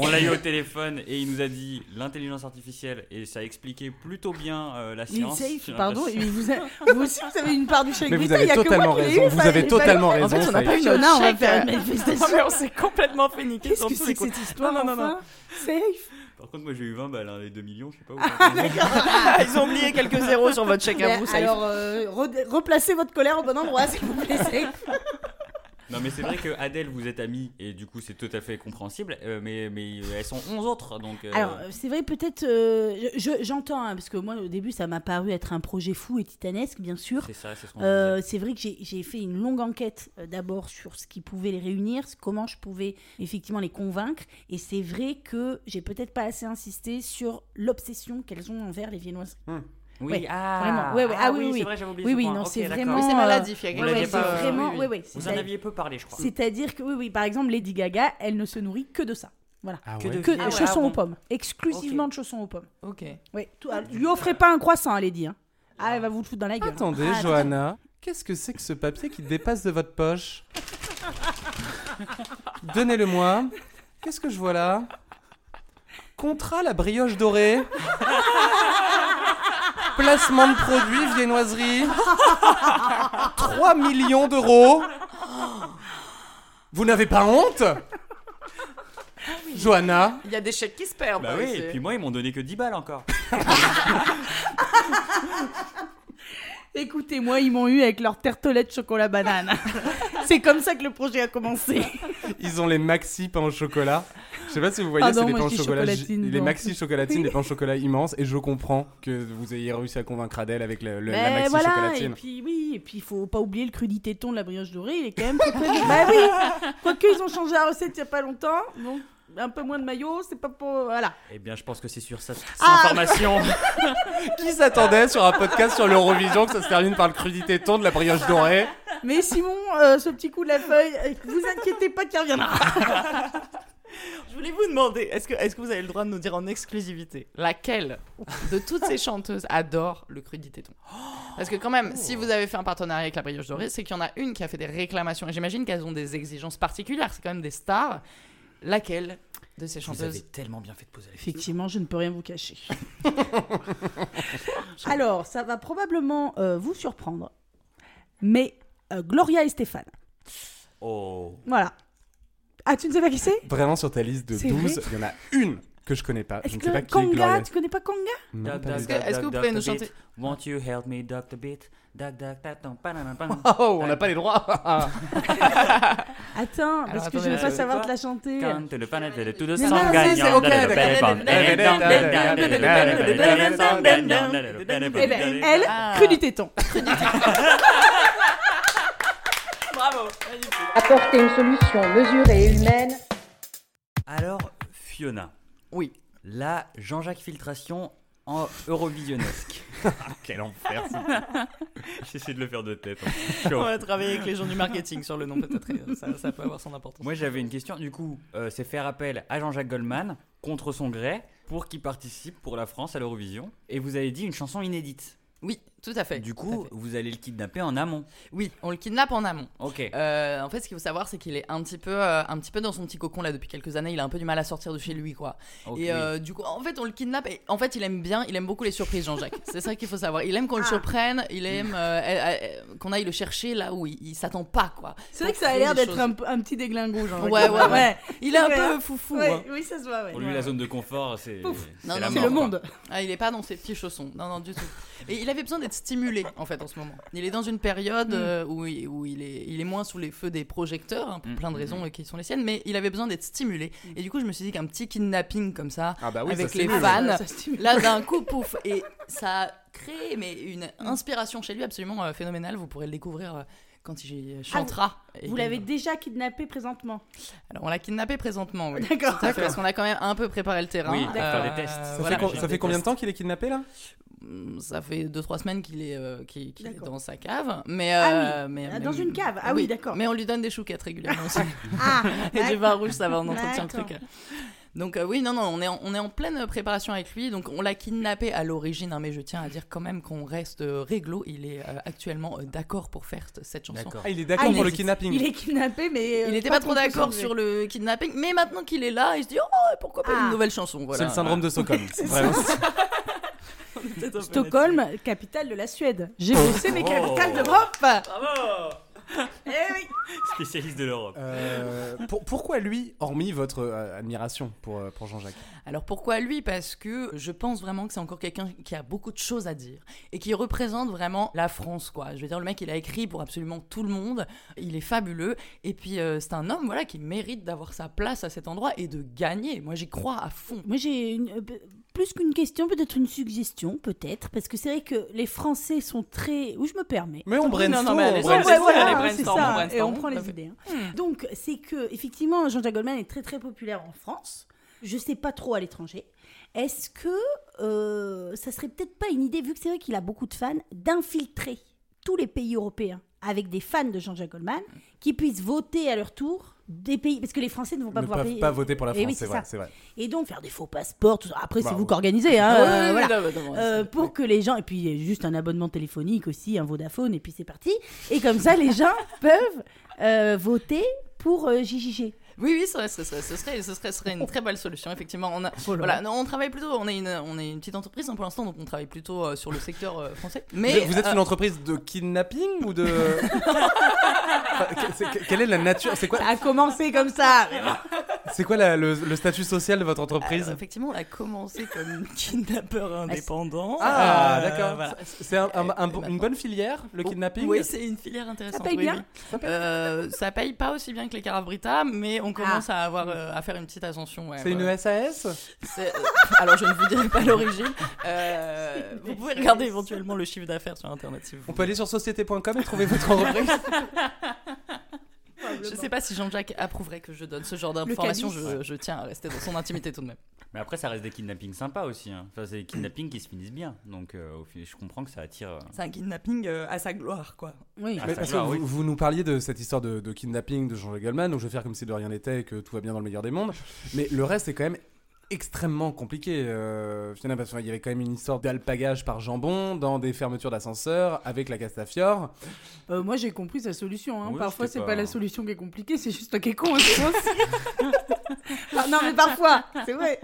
S3: On l'a eu au téléphone et il nous a dit l'intelligence artificielle et ça expliquait plutôt bien euh, la
S4: Il
S3: science.
S4: sait,
S3: j'ai
S4: pardon,
S3: l'impression.
S4: il vous, a- vous aussi vous avez une part du chèque
S6: Mais vous
S4: Brita, il
S6: avez
S4: y a que
S6: totalement
S4: moi qui l'ai
S6: raison.
S4: eu,
S6: Vous
S4: fallait-
S6: avez
S4: il fallait-
S6: totalement
S5: En fait,
S6: raison.
S5: on
S6: ça
S5: n'a
S6: y
S5: pas
S6: est.
S5: eu notre
S4: Fiona, on va
S5: chèque.
S4: faire une manifestation.
S5: Non, mais on s'est complètement fait niquer
S4: Qu'est-ce
S5: sur
S4: que
S5: tous
S4: c'est
S5: les
S4: que cette histoire
S5: Non, non, non,
S4: enfin Safe
S3: Par contre, moi j'ai eu 20 balles, hein, les 2 millions, je sais pas où.
S5: Ah, Ils ont oublié quelques zéros sur votre chèque à vous,
S4: Mais
S5: ça y est.
S4: Alors, euh, re- replacez votre colère au bon endroit, s'il vous plaît. safe.
S3: non, mais c'est vrai que Adèle, vous êtes amie et du coup c'est tout à fait compréhensible, euh, mais, mais elles sont 11 autres donc. euh,
S4: Alors, euh, c'est vrai, peut-être. euh, je- J'entends, hein, parce que moi, au début, ça m'a paru être un projet fou et titanesque, bien sûr.
S3: c'est ça, c'est ce qu'on
S4: Euh, c'est vrai que j'ai j'ai fait une longue enquête euh, d'abord sur ce qui pouvait les réunir, ce- comment je pouvais effectivement les convaincre. Et c'est vrai que j'ai peut-être pas assez insisté sur l'obsession qu'elles ont envers les viennoiseries.
S3: disait. Oui,
S4: ouais,
S3: ah,
S4: vraiment, ouais, ouais, ah oui, oui.
S3: c'est vrai, j'avais oublié
S4: Oui,
S3: ce
S4: oui,
S3: point.
S4: non,
S3: Ok,
S4: c'est
S3: d'accord.
S4: vraiment-
S5: Oui, c'est maladif, il y a
S3: Vous
S5: quelque
S4: euh, Ouais,
S3: l'aviez
S5: chose.
S4: c'est
S3: pas-
S5: euh,
S4: vraiment-
S3: oui, oui.
S4: ouais, ouais,
S3: Vous en
S4: c'est-
S3: aviez peu parlé, je crois.
S4: C'est-à-dire que, oui, oui, par exemple, Lady Gaga, elle ne se nourrit que de ça. Voilà.
S6: Ah
S3: Que
S6: ouais.
S3: de-
S4: Que
S5: Ah
S4: de
S5: ouais,
S4: chaussons
S5: ah bon.
S4: aux pommes. Exclusivement de chaussons aux pommes.
S5: Ok.
S4: Oui. Tout- ah, lui offrez pas un croissant, hein, Lady. hein. Ah, elle va vous le foutre dans la gueule.
S6: Attendez,
S4: Ah, attention.
S6: Johanna, qu'est-ce que c'est que ce papier qui dépasse de votre poche Donnez-le-moi. Qu'est-ce que je vois là Contrat la brioche dorée. Placement de produits viennoiserie. 3 millions d'euros. Vous n'avez pas honte Johanna,
S5: Il y a des chèques qui se perdent.
S3: Bah
S5: hein,
S3: oui,
S5: c'est-
S3: et puis moi ils m'ont donné que 10 balles encore.
S4: Écoutez, moi, ils m'ont eu avec leur tertolette chocolat banane. c'est comme ça que le projet a commencé.
S6: ils ont les maxi pains au chocolat. Je sais pas si vous voyez,
S4: Ah non,
S6: c'est des
S4: moi,
S6: pains au
S4: je dis
S6: chocolat, gi-
S4: chocolatine,
S6: les
S4: non.
S6: maxi chocolatines, les pains au chocolat immenses. Et je comprends que vous ayez réussi à convaincre Adèle avec le- le- la
S4: Mais
S6: maxi
S4: Ben, voilà, et
S6: chocolatine.
S4: puis oui, et puis il faut pas oublier le crudité téton de la brioche dorée, il est quand même très connu. bah oui, quoique ils ont changé la recette il y a pas longtemps, donc un peu moins de maillot, c'est pas pour voilà.
S3: Eh bien, je pense que c'est sur ça, cette
S4: Ah
S3: information.
S6: Qui s'attendait sur un podcast sur l'Eurovision que ça se termine par le crudité ton de la brioche dorée
S4: Mais Simon, euh, ce petit coup de la feuille, euh, vous inquiétez pas qu'il reviendra.
S5: Je voulais vous demander, est-ce que, est-ce que vous avez le droit de nous dire en exclusivité laquelle de toutes ces chanteuses adore le cru dit téton Parce que quand même, si
S3: Oh.
S5: vous avez fait un partenariat avec la brioche dorée, c'est qu'il y en a une qui a fait des réclamations. Et j'imagine qu'elles ont des exigences particulières. C'est quand même des stars. Laquelle de ces
S3: Vous avez
S5: chanteuses
S3: tellement bien fait de poser la question.
S4: Effectivement, je ne peux rien vous cacher. Alors, ça va probablement euh, vous surprendre, mais euh, Gloria et Stéphane,
S3: Oh.
S4: voilà. Ah, tu ne sais pas qui c'est
S6: Vraiment sur ta liste de
S4: C'est
S6: 12, il y en a une que je connais pas. Je
S4: Est-ce
S6: ne sais pas
S4: que
S6: qui est Gloria.
S4: Kanga, tu connais pas Kanga
S6: Non,
S3: Duck,
S6: pas
S3: duck,
S6: du
S5: que-
S3: duck,
S5: est-ce que
S3: duck,
S5: vous pouvez
S3: duck
S5: nous
S3: the beat.
S5: chanter-
S3: Won't you help me duck the beat? Duck, duck, duck, dun, panam, panam.
S6: tout. Oh, on n'a pas les droits.
S4: Attends, parce que je ne
S5: attendez,
S4: vais pas
S3: euh,
S4: savoir
S3: quoi
S4: te la chanter.
S3: Come to the panel, to the- to the
S4: Mais
S3: song
S4: non,
S3: gang,
S6: c'est- c'est
S3: yonder,
S6: ok,
S3: the
S6: d'accord.
S3: belly button,
S6: Eh ben,
S3: dun, dun, dun,
S6: eh ben,
S3: dun,
S6: eh
S3: dun,
S4: ben,
S3: dun,
S4: eh
S3: dun, dun, dun,
S4: ben,
S3: dun,
S4: Eh
S3: dun, dun,
S4: ben,
S3: dun.
S4: elle,
S5: Ah.
S4: crue du téton.
S5: Bravo
S1: Apporter une solution mesurée et humaine
S3: Alors, Fiona,
S5: Oui.
S3: la Jean-Jacques Filtration en Eurovisionnesque.
S5: Ah,
S3: Quel enfer, J'essaie de le faire de tête. hein. Je suis
S5: On
S3: en-
S5: va travailler avec les gens du marketing sur le nom peut-être. et euh, Ça, ça peut avoir son importance.
S3: Moi, j'avais une question. Du coup, euh, c'est faire appel à Jean-Jacques Goldman contre son gré pour qu'il participe pour la France à l'Eurovision. Et vous avez dit une chanson inédite.
S5: Oui, tout à fait.
S3: Du
S5: tout à
S3: coup,
S5: fait.
S3: vous allez le kidnapper en amont.
S5: oui, on le kidnappe en amont.
S3: Ok.
S5: Euh, en fait, ce qu'il faut savoir, c'est qu'il est un petit peu, euh, un petit peu dans son petit cocon là depuis quelques années. Il a un peu du mal à sortir de chez lui, quoi.
S3: Ok.
S5: Et euh, du coup, en fait, on le kidnappe. Et en fait, il aime bien, il aime beaucoup les surprises, Jean-Jacques. c'est ça qu'il faut savoir. Il aime qu'on le
S4: Ah.
S5: surprenne. Il aime euh, euh, euh, qu'on aille le chercher là où il, il s'attend pas, quoi.
S4: C'est vrai
S5: Qu'on
S4: que ça a
S5: crée
S4: l'air
S5: des
S4: d'être
S5: choses.
S4: un, un petit déglingo, genre.
S5: Ouais, ouais, ouais. Il est un
S4: Ouais,
S5: peu
S4: hein.
S5: foufou.
S4: Ouais,
S5: hein.
S4: oui, ça se voit, ouais.
S3: Pour lui, la zone de confort, c'est
S4: Pouf.
S3: c'est
S5: Non,
S3: la
S5: non,
S4: C'est
S3: mort,
S4: le
S3: quoi.
S4: monde.
S5: Ah, il est pas dans ses petits chaussons. Non, non, du tout. Et il avait besoin d'être stimulé, en fait, en ce moment. Il est dans une période
S4: Mm.
S5: euh, où, il, où il, est, il est moins sous les feux des projecteurs, hein, pour
S3: Mm,
S5: plein de
S3: mm,
S5: raisons euh, qui sont les siennes, mais il avait besoin d'être stimulé.
S4: Mm.
S5: Et du coup, je me suis dit qu'un petit kidnapping comme ça,
S6: Ah bah oui,
S5: avec
S6: ça,
S5: les
S6: c'est-
S5: fans,
S4: Ça stimule.
S5: là, d'un coup, pouf Et ça a créé mais, une inspiration chez lui absolument euh, phénoménale. Vous pourrez le découvrir euh, quand il chantera.
S4: Ah, Vous l'avez déjà kidnappé présentement.
S5: Alors, on l'a kidnappé présentement, oui.
S4: D'accord.
S5: Tout à fait, Parce qu'on a quand même un peu préparé le terrain. Euh,
S3: Oui, faire des tests. Ça
S6: Ça,
S5: voilà.
S6: fait, com-
S3: je
S6: ça fait
S3: déteste.
S6: combien de temps qu'il est kidnappé là
S5: Mm, ça fait 2-3 semaines qu'il est, euh, qu'il- qu'il est
S4: D'accord.
S5: dans sa cave. Mais,
S4: Ah
S5: euh, mais-
S4: Ah,
S5: mais-
S4: Dans une cave. Ah oui, d'accord.
S5: Mais on lui donne des chouquettes régulièrement aussi.
S4: Ah,
S5: Et du
S4: d'accord.
S5: vin rouge, ça va, on entretient le
S4: D'accord.
S5: truc. Donc euh, oui, non, non, on est, en, on est en pleine préparation avec lui. Donc on l'a kidnappé à l'origine, hein, mais je tiens à dire quand même qu'on reste euh, réglo. Il est euh, actuellement euh, d'accord pour faire t- cette chanson.
S3: D'accord.
S6: Ah, il est
S4: Ah,
S6: d'accord
S4: il
S6: pour le
S4: hésite.
S6: kidnapping.
S4: Il est kidnappé, mais. euh,
S5: Il n'était pas trop
S4: contre son
S5: d'accord
S4: gré.
S5: sur le kidnapping, mais maintenant qu'il est là, il se dit oh pourquoi pas
S1: Ah.
S5: une nouvelle chanson. Voilà.
S6: C'est le syndrome de Stockholm. Vraiment.
S4: Stockholm, capitale de la Suède. J'ai
S6: Oh.
S4: bossé mes capitales d'Europe
S3: Bravo
S4: Eh oui
S3: Spécialiste de l'Europe.
S6: Euh, pour- pourquoi lui, hormis votre euh, admiration pour, euh, pour Jean-Jacques
S5: Alors pourquoi lui Parce que je pense vraiment que c'est encore quelqu'un qui a beaucoup de choses à dire et qui représente vraiment la France, quoi. Je veux dire, le mec, il a écrit pour absolument tout le monde. Il est fabuleux. Et puis, euh, c'est un homme, voilà, qui mérite d'avoir sa place à cet endroit et de gagner. Moi, j'y crois à fond.
S4: Moi, j'ai une- euh, p- plus qu'une question, peut-être une suggestion, peut-être, parce que c'est vrai que les Français sont très. Où je me permets.
S6: Mais on brainstorm.
S5: non, mais
S6: on
S5: allez,
S4: Ouais,
S5: Ouais,
S6: brainstorm.
S5: c'est
S4: ouais,
S5: ça,
S4: voilà,
S5: les
S4: hein, c'est
S5: brainstorms, on
S4: ça. Et
S5: brainstorm,
S4: on
S5: Hmm.
S4: prend
S5: tout à
S4: les
S5: fait.
S4: idées. hein. Donc, c'est que, effectivement, Jean-Jacques Goldman est très très populaire en France. Je sais pas trop à l'étranger. Est-ce que euh, ça serait peut-être pas une idée, vu que c'est vrai qu'il a beaucoup de fans, d'infiltrer tous les pays européens avec des fans de Jean-Jacques Goldman qui puissent voter à leur tour des pays. Parce que les Français ne vont pas
S6: ne
S4: pouvoir
S6: peuvent
S4: payer-
S6: pas voter pour la
S4: Eh oui,
S6: France,
S4: c'est
S6: c'est vrai,
S4: ça.
S6: c'est vrai.
S4: Et donc faire des faux passeports, tout ça. Après,
S6: Bah,
S4: c'est vous
S6: ouais.
S4: qu'organisez, hein,
S5: Ah
S4: euh,
S5: ouais,
S4: voilà.
S5: ouais, ouais, ouais, ouais,
S4: Euh,
S5: ouais.
S4: pour que les gens et puis euh, juste un abonnement téléphonique aussi un Vodafone et puis c'est parti et comme ça les gens peuvent euh, voter pour euh, JJG
S5: Oui, oui, ça, ça, ça, ce serait, ce serait, ce serait une très belle solution, effectivement. On a,
S4: Oh
S5: voilà, non, on travaille plutôt, on est une, on est une petite entreprise hein, pour l'instant, donc on travaille plutôt euh, sur le secteur euh, français. Mais
S6: Vous- vous êtes
S5: euh,
S6: une entreprise de kidnapping ou de. Enfin, que- c'est- quelle est la nature C'est quoi,
S4: ça a commencé comme ça
S6: c'est quoi la- le, le statut social de votre entreprise
S5: alors, Euh, effectivement, on a commencé comme kidnappeur indépendant.
S6: Ah,
S5: Euh,
S6: d'accord.
S5: voilà.
S6: C'est- C'est un- un- un bon-
S5: maintenant.
S6: une bonne filière, le kidnapping
S5: Oui, c'est une filière intéressante.
S4: paye
S5: oui,
S4: bien
S5: oui. Euh, Ça paye pas aussi bien que les Carabrita, mais on commence à avoir euh, à faire une petite ascension. ouais,
S6: C'est
S5: ouais,
S6: une E
S5: ouais.
S6: SAS
S5: C'est- euh, alors, je ne vous dirai pas l'origine. Euh, vous pouvez regarder éventuellement le chiffre d'affaires sur Internet si vous
S6: On
S5: voulez.
S6: peut aller sur société.com et trouver votre entreprise
S5: Je sais pas si Jean-Jacques approuverait que je donne ce genre d'informations.
S4: calice.
S5: Je, je tiens à rester dans son intimité tout de même.
S3: Mais après, ça reste des kidnappings sympas aussi. hein. Enfin, c'est des kidnappings qui se finissent bien. Donc, euh, au final, je comprends que ça attire. euh,
S5: C'est un kidnapping à sa gloire, quoi.
S4: oui
S3: Ah,
S6: Mais
S3: ça
S6: parce que
S3: va, oui.
S6: vous, vous nous parliez de cette histoire de, de kidnapping de Jean-Jacques Goldman, donc je vais faire comme si de rien n'était et que tout va bien dans le meilleur des mondes. Mais le reste est quand même extrêmement compliqué. euh, finalement, parce qu'il y avait quand même une histoire d'alpagage par jambon dans des fermetures d'ascenseurs avec la Castafiore.
S4: Euh, moi j'ai compris sa solution hein.
S3: Oui,
S4: parfois
S3: c'était
S4: c'est pas...
S3: pas-
S4: la solution qui est compliquée c'est juste toi qui es con hein, c'est moi aussi. Ah, non mais parfois c'est vrai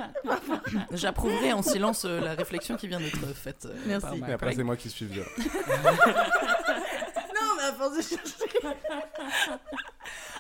S5: J'approuverai en silence euh, la réflexion qui vient d'être faite. euh,
S4: Merci.
S5: par ma
S6: Et après,
S5: collègue.
S6: c'est moi qui suis vieux.
S4: non mais à force de chercher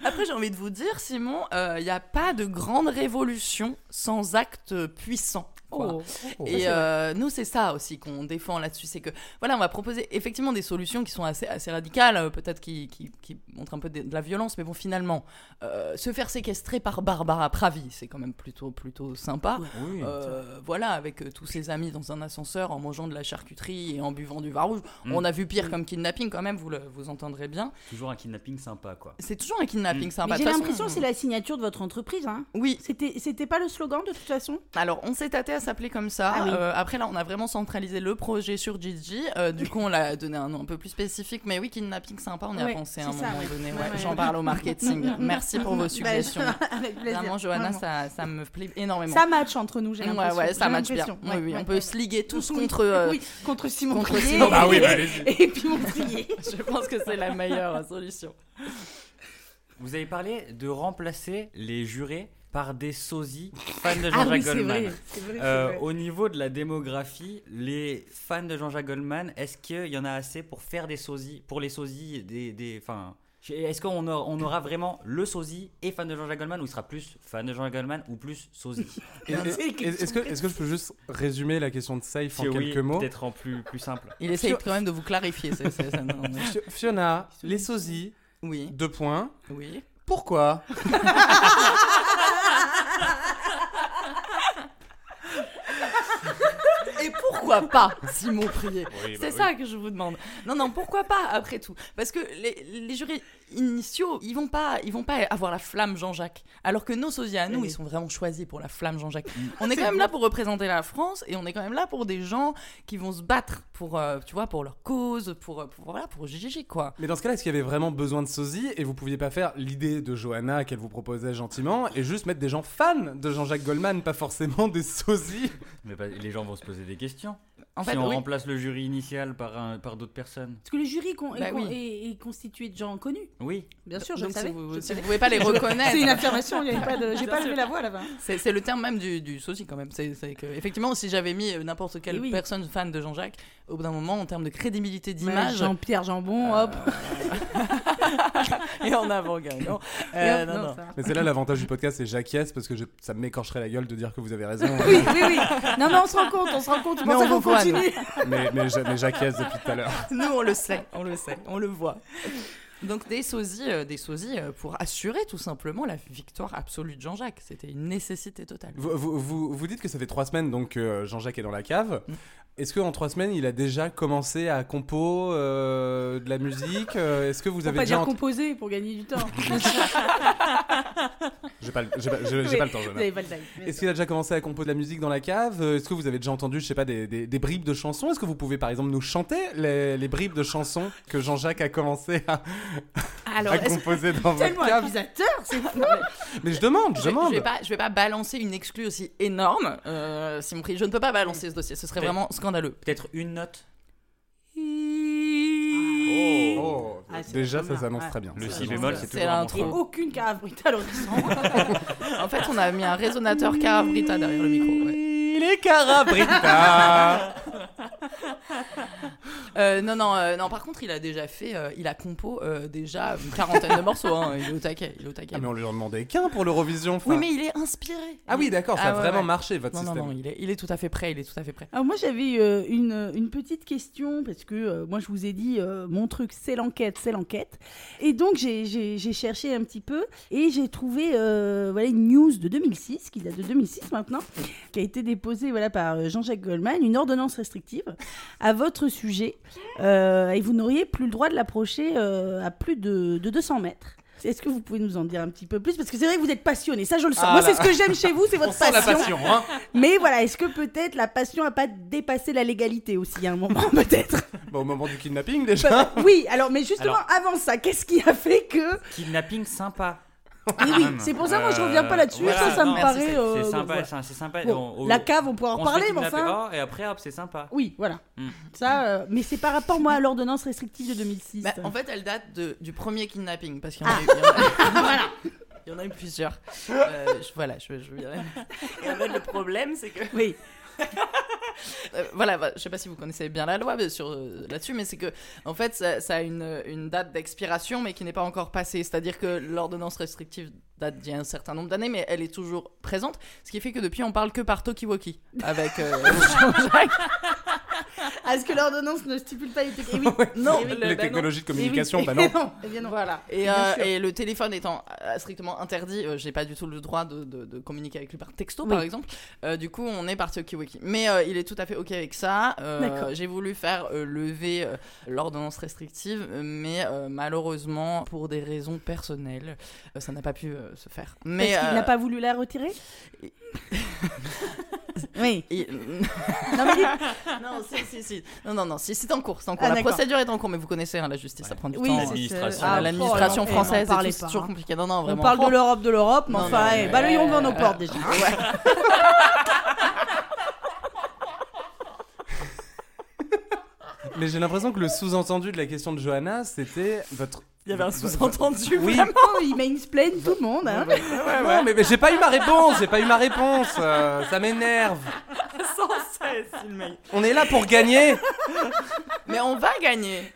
S5: Après, j'ai envie de vous dire, Simon, il n'y a pas de grande révolution sans acte puissant.
S3: Oh.
S5: quoi. Et euh, nous, c'est ça aussi qu'on défend là-dessus. C'est que, voilà, on va proposer effectivement des solutions qui sont assez, assez radicales, euh, peut-être qui, qui, qui montrent un peu de, de la violence, mais bon, finalement, euh, se faire séquestrer par Barbara Pravi, c'est quand même plutôt, plutôt sympa.
S3: Oui.
S5: Euh, voilà, avec euh, tous ses amis dans un ascenseur, en mangeant de la charcuterie et en buvant du vin rouge. On a vu
S4: Mm.
S5: pire comme kidnapping quand même, vous, le- vous entendrez bien.
S3: Toujours un kidnapping sympa, quoi.
S5: C'est toujours un kidnapping sympa.
S4: mais j'ai
S5: De toute
S4: l'impression que
S5: façon,
S4: c'est la signature de votre entreprise hein.
S5: Oui,
S4: c'était c'était pas le slogan de toute façon
S5: alors on s'est tâté à s'appeler comme ça.
S4: Ah oui.
S5: Euh, après là, on a vraiment centralisé le projet sur Gigi. Euh, du coup, on l'a donné un nom un peu plus spécifique. Mais oui, kidnapping sympa, on y
S4: Ouais,
S5: a pensé hein, à un
S4: c'est ça,
S5: moment
S4: ouais.
S5: donné.
S4: Ouais,
S5: ouais.
S4: ouais.
S5: J'en parle au marketing. Merci pour vos suggestions.
S4: Ah, bah, avec plaisir
S5: Vraiment, Johanna,
S4: Vraiment.
S5: ça, ça me plaît énormément.
S4: Ça match entre nous, j'ai
S5: Mm, Ouais,
S4: l'impression.
S5: ouais, ça
S4: J'ai
S5: match bien.
S4: l'impression.
S5: Oui,
S4: Ouais,
S5: oui,
S4: ouais,
S5: on peut
S4: ouais.
S5: se liguer tous
S4: Oui,
S5: contre. euh,
S4: oui, contre Simon
S5: contre
S4: Prier.
S5: Simon Bah oui, bah
S4: Et puis mon Prier.
S5: Je pense que c'est la meilleure solution.
S3: Vous avez parlé de remplacer les jurés par des sosies fans de
S4: Ah
S3: Jean-Jacques
S4: oui, c'est
S3: Goldman.
S4: vrai. c'est vrai, c'est
S3: Euh,
S4: vrai.
S3: au niveau de la démographie, les fans de Jean-Jacques Goldman, est-ce qu'il y en a assez pour faire des sosies, pour les sosies des, des enfin, je- est-ce qu'on aura, on aura vraiment le sosie et fan de Jean-Jacques Goldman ou il sera plus fan de Jean-Jacques Goldman ou plus sosie
S6: Et- et- et- Est-ce que, est-ce que je peux juste résumer la question de Safe en
S3: Si oui,
S6: quelques mots
S3: Peut-être en plus plus simple.
S5: Il essaye quand même de vous clarifier. c'est- c'est- ça- non, mais-
S6: Fio- Fiona, les sosies,
S5: Oui,
S6: deux points.
S5: oui.
S6: Pourquoi
S5: Et pourquoi pas, Simon Prier
S3: Oui, bah
S5: C'est
S3: oui.
S5: ça que je vous demande. Non, non, pourquoi pas, après tout Parce que les, les jurés, initiaux, ils vont pas, ils vont pas avoir la flamme Jean-Jacques. Alors que nos sosies à nous,
S4: Oui. Mm.
S5: ils sont vraiment choisis pour la flamme Jean-Jacques. On est quand même là pour représenter la France et on est quand même là pour des gens qui vont se battre pour, euh, tu vois, pour leur cause, pour, euh, pour- voilà, pour GG quoi.
S6: Mais dans ce cas-là, est-ce qu'il y avait vraiment besoin de sosie et vous pouviez pas faire l'idée de Johanna qu'elle vous proposait gentiment et juste mettre des gens fans de Jean-Jacques Goldman, pas forcément des sosies
S3: Mais bah, les gens vont se poser des questions.
S5: En
S3: si
S5: fait,
S3: on
S5: oui.
S3: remplace le jury initial par, un- par d'autres personnes.
S4: Parce que le jury con-
S5: Bah
S4: est, con-
S5: oui.
S4: est- est constitué de gens connus.
S3: Oui.
S4: Bien sûr, je
S5: Donc,
S4: le savais.
S5: si vous,
S4: je le
S5: si
S4: savais.
S5: vous pouvez pas les
S4: C'est une
S5: reconnaître,
S4: affirmation, il y avait pas de- j'ai
S5: Bien
S4: pas
S5: sûr.
S4: levé la voix là-bas.
S5: c'est c'est le terme même du, du sosie quand même. C'est c'est que effectivement, si j'avais mis euh, n'importe quelle
S4: Et Eh oui.
S5: personne fan de Jean-Jacques, au bout d'un moment, en termes de crédibilité d'image,
S4: Jean-Pierre
S5: Euh,
S4: Jambon, hop.
S5: et en avant gagnant.
S4: et
S5: Euh,
S4: hop,
S5: non,
S4: non,
S5: non.
S4: ça va.
S6: Mais c'est là l'avantage du podcast, c'est j'acquiesce parce que je- ça m'écorcherait la gueule de dire que vous avez raison. hein.
S4: Oui, oui, oui. Non, mais on se rend compte, on se rend compte.
S5: Mais
S4: Mais
S5: on
S4: on
S5: vous voit,
S4: continue.
S6: mais mais j'a- mais j'acquiesce depuis tout à l'heure.
S5: Nous, on le sait, on le sait, on le voit. Donc des sosies, euh, des sosies euh, pour assurer tout simplement la victoire absolue de Jean-Jacques. C'était une nécessité totale.
S6: Vous, vous, vous, vous dites que ça fait trois semaines donc que Jean-Jacques est dans la cave.
S4: Mm.
S6: Est-ce qu'en trois semaines il a déjà commencé à compo euh, de la musique Euh, Est-ce que vous
S4: Faut
S6: avez
S4: pas
S6: déjà
S4: dire
S6: ent-
S4: composé pour gagner du temps.
S6: J'ai pas, le- j'ai pas- j'ai- j'ai
S4: Oui,
S6: pas le temps.
S4: Vous
S6: Johanna.
S4: avez pas le time.
S6: Est-ce qu'il a déjà commencé à compo de la musique dans la cave Euh, Est-ce que vous avez déjà entendu, je sais pas, des, des- des bribes de chansons Est-ce que vous pouvez par exemple nous chanter les, les bribes de chansons que Jean-Jacques a commencé à,
S5: Alors,
S6: à composer dans votre
S4: Tellement
S6: cave
S4: accusateur, c'est fou.
S6: Mais je demande, je
S5: je, je
S6: demande
S5: vais pas, je vais pas balancer une exclue aussi énorme, euh, Simon Prix. Je ne peux pas balancer ce dossier. Ce serait
S3: Ouais.
S5: vraiment scandaleux.
S3: Peut-être une note.
S6: Oh,
S4: Ah, c'est
S6: Déjà
S4: vachement
S6: ça
S4: bien.
S6: s'annonce
S4: Ouais.
S6: très bien.
S3: Le
S6: Ça
S3: si
S6: s'annonce
S3: bémol,
S6: très
S3: c'est
S5: C'est
S6: bien.
S3: toujours un
S5: l'intro.
S4: Et
S3: monstre.
S4: aucune cave brutale horizon.
S5: En fait, on a mis un résonateur Carabrita derrière le micro. ouais.
S6: Il est Ah, carabrita
S5: Euh, non, non, euh, non. Par contre, il a déjà fait, euh, il a compo euh, déjà une quarantaine de morceaux. hein. Il est au taquet, il est au taquet.
S6: Ah, Mais on lui en demandait qu'un pour l'Eurovision. enfin.
S5: Oui, mais il est inspiré.
S6: Ah oui, d'accord, ça
S5: Ah
S6: a
S5: ouais,
S6: vraiment
S5: ouais.
S6: marché votre
S5: Non, non,
S6: système.
S5: non, il est, il est tout à fait prêt, il est tout à fait prêt.
S4: Alors moi j'avais euh, une, une petite question parce que euh, moi je vous ai dit euh, mon truc c'est l'enquête, c'est l'enquête. Et donc j'ai- j'ai j'ai cherché un petit peu et j'ai trouvé euh, voilà, une news de 2006, qui date de 2006 maintenant, qui a été déposée voilà, par euh, Jean-Jacques Goldman, une ordonnance restrictive à votre sujet euh, et vous n'auriez plus le droit de l'approcher euh, à plus de, de 200 mètres. Est-ce que vous pouvez nous en dire un petit peu plus Parce que c'est vrai que vous êtes passionné, ça je le sens.
S6: Ah
S4: Moi
S6: là.
S4: c'est ce que j'aime chez vous, c'est votre
S6: sent la passion, hein
S4: mais voilà, est-ce que peut-être la passion a pas dépassé la légalité aussi à un moment peut-être
S6: Bah, Au moment du kidnapping déjà
S4: Eh Oui, alors mais justement avant ça, qu'est-ce qui a fait que
S3: Kidnapping sympa.
S4: Oui, oui, c'est pour ça moi je reviens pas là-dessus,
S3: Euh, voilà,
S4: ça, ça
S3: non,
S4: me paraît.
S3: C'est
S4: euh,
S3: sympa,
S4: voilà.
S3: c'est- c'est sympa.
S4: Bon,
S3: On-
S4: la
S3: on-
S4: cave, on pourra en
S3: on se fait
S4: reparler, mais
S3: kidnapper.
S4: enfin.
S3: Oh, et après, hop, c'est sympa.
S4: Oui, voilà.
S3: Mm.
S4: Ça, euh, mais c'est par rapport moi à l'ordonnance restrictive de 2006.
S5: Bah, en fait, elle date de- du premier kidnapping, parce
S4: Ah.
S5: qu'il y en a eu, il y en a- voilà. Il y en a eu plusieurs. Euh, je- voilà, je, je- Et en fait, le problème, c'est que.
S4: Oui.
S5: Euh, voilà, bah, je sais pas si vous connaissez bien la loi mais sur, euh, là-dessus, mais c'est que, en fait, ça, ça a une, une date d'expiration, mais qui n'est pas encore passée. C'est-à-dire que l'ordonnance restrictive date d'il y a un certain nombre d'années, mais elle est toujours présente. Ce qui fait que depuis, on parle que par Tokiwoki. Avec. euh,
S4: Est-ce que l'ordonnance ne stipule pas les techniques
S5: non, le- bah
S6: Les
S5: non.
S6: technologies de
S4: Eh oui,
S6: communication,
S4: eh
S6: bah non
S4: non, eh bien non.
S5: Voilà. Et,
S4: Bien
S5: euh,
S4: sûr.
S5: et le téléphone étant euh, strictement interdit, euh, j'ai pas du tout le droit de, de- de communiquer avec lui par texto, par
S4: Oui.
S5: exemple. Euh, du coup, on est parti au Kiwiki. Mais euh, il est tout à fait OK avec ça. Euh,
S4: D'accord.
S5: j'ai voulu faire euh, lever euh, l'ordonnance restrictive, euh, mais euh, malheureusement, pour des raisons personnelles, euh, ça n'a pas pu euh, se faire. Mais
S4: Parce qu'il
S5: euh,
S4: n'a pas voulu la retirer Oui.
S5: il-
S4: Non, mais dites-
S5: non, si, si, si. Non, non, non, si, c'est en cours, c'est en cours.
S4: Ah,
S5: la
S4: d'accord.
S5: procédure est en cours, mais vous connaissez hein, la justice, ça prend du
S4: Oui,
S5: temps.
S4: c'est-
S3: L'administration.
S4: c'est-
S5: Ah,
S3: Oh,
S5: L'administration
S4: eh, n'en
S5: française, et
S4: parlez
S5: tout,
S4: pas,
S5: c'est toujours
S4: hein.
S5: compliqué. Non, non,
S4: On
S5: vraiment.
S4: parle
S5: Oh.
S4: de l'Europe, de l'Europe, mais
S5: Non,
S4: enfin,
S5: non,
S4: eh,
S5: mais- euh, hein
S4: balayons devant nos portes déjà.
S6: Mais j'ai l'impression que le sous-entendu de la question de Johanna, c'était votre.
S5: Il y avait un sous-entendu.
S6: Oui.
S4: Oh, il mansplain tout le monde. Hein.
S6: Non, mais, mais j'ai pas eu ma réponse, j'ai pas eu ma réponse, euh, ça m'énerve.
S5: Sans cesse, il m'a-
S6: On est là pour gagner.
S5: Mais on va gagner.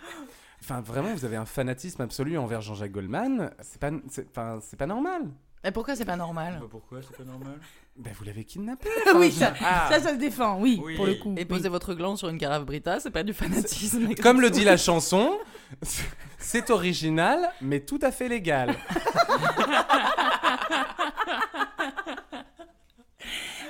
S6: Enfin, vraiment, vous avez un fanatisme absolu envers Jean-Jacques Goldman. C'est pas, c'est, enfin, c'est pas normal.
S5: Mais pourquoi c'est pas normal
S3: Pourquoi c'est pas normal
S6: Ben, vous l'avez kidnappé.
S4: oui, ça,
S5: Ah.
S4: ça, ça se défend, oui,
S3: Oui.
S4: pour le coup.
S5: Et
S4: oui.
S5: poser votre gland sur une carafe Brita, c'est pas du fanatisme.
S6: Comme le dit la chanson, c'est original, mais tout à fait légal.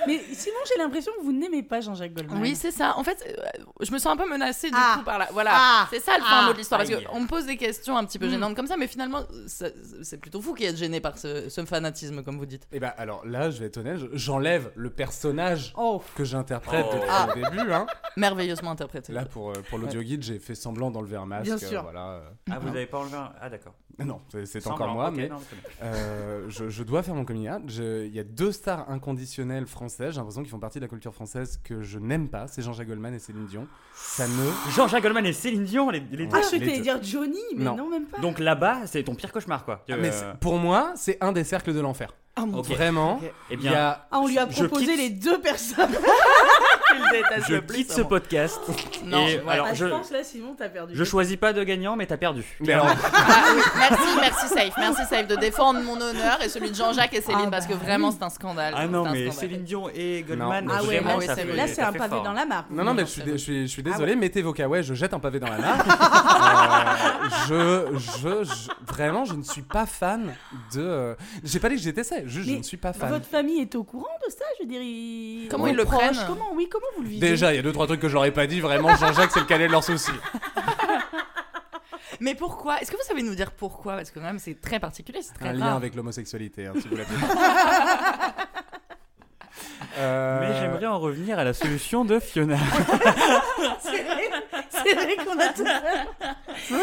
S4: Mais sinon, j'ai l'impression que vous n'aimez pas Jean-Jacques Goldman.
S5: Oui, c'est ça. En fait, euh, je me sens un peu menacée du
S4: Ah.
S5: coup par là. Voilà,
S4: Ah.
S5: c'est ça le fin
S4: Ah.
S5: mot de l'histoire. Parce
S3: Aïe.
S5: qu'on me pose des questions un petit peu
S4: Mm.
S5: gênantes comme ça, mais finalement, ça- c'est plutôt fou qui est gêné par ce, ce fanatisme, comme vous dites.
S6: Et bah alors là, je vais être honnête, je- j'enlève le personnage
S4: Oh.
S6: que j'interprète
S3: Oh.
S6: depuis
S5: Ah.
S6: le début. Hein.
S5: Merveilleusement interprété.
S6: Là, pour, euh, pour l'audio guide, j'ai fait semblant d'enlever un masque.
S4: Bien
S6: euh,
S4: sûr.
S6: voilà, euh.
S3: Ah, vous avez pas enlevé un. Ah, d'accord.
S6: Non, c'est- c'est
S3: Semblant,
S6: encore moi,
S3: ok,
S6: mais
S3: non, c'est bon.
S6: euh, je, je dois faire mon coming out. Je- Il y a deux stars inconditionnelles françaises, j'ai l'impression qu'ils font partie de la culture française que je n'aime pas. C'est Jean-Jacques Goldman et Céline Dion. Ça ne.
S3: Jean-Jacques Goldman et Céline Dion, les, les deux.
S4: Ah, je
S6: Les
S4: t'allais
S6: deux.
S4: dire Johnny, mais non,
S6: Non.
S4: même pas.
S3: Donc là-bas, c'est ton pire cauchemar, quoi.
S6: Ah, mais
S3: Euh,
S6: c'est- pour moi, c'est un des cercles de l'enfer.
S5: Ah, mon
S3: Ok.
S6: Vraiment.
S3: Eh
S6: Il y
S3: bien,
S6: a
S4: Ah, on lui a
S3: Je
S4: proposé
S3: quitte-
S4: les deux personnes.
S3: je quitte ce podcast.
S4: Oh,
S5: Dieu. Non,
S3: Et
S5: voilà.
S3: alors,
S4: Ah, je,
S3: je,
S4: pense là, sinon, t'as perdu.
S3: je choisis pas de gagnant, mais t'as perdu.
S6: Mais alors,
S5: Ah, oui. Merci, merci Safe, merci Safe de défendre mon honneur et celui de Jean-Jacques et Céline
S4: Ah,
S5: parce que
S4: bah
S5: vraiment c'est un scandale.
S3: Ah non,
S5: C'est un
S3: mais
S5: scandale.
S3: Céline Dion et Goldman,
S6: Goldman, Ah
S5: vraiment,
S6: ouais,
S3: vraiment,
S5: ah ouais, ça
S3: ça
S5: c'est fait-
S3: fait.
S5: vrai.
S4: Là, c'est un pavé dans la mare.
S6: non, non, mais je suis,
S5: c'est
S6: dé-
S5: bon.
S6: je suis- je suis désolé, mettez vos cas. Ouais, je jette un pavé dans la mare. Euh, je, je, je- vraiment, je ne suis pas fan de. euh, J'ai pas dit que j'étais juste je
S4: Mais
S6: ne suis pas fan.
S4: Votre famille est au courant de ça, je veux dire. ils-
S5: Comment
S4: vos
S5: ils le
S4: proches,
S5: prennent
S4: Comment, oui, comment vous le vivez
S6: Déjà, il y a deux trois trucs que je leur ai pas dit. Vraiment, Jean-Jacques, c'est le cadet de leurs soucis.
S5: Mais pourquoi Est-ce que vous savez nous dire pourquoi Parce que quand même c'est très particulier, c'est très
S6: Un
S5: rare.
S6: lien avec l'homosexualité, hein, si vous l'appelez. Euh,
S3: Mais j'aimerais en revenir à la solution de Fiona.
S4: C'est vrai, c'est vrai qu'on a tout.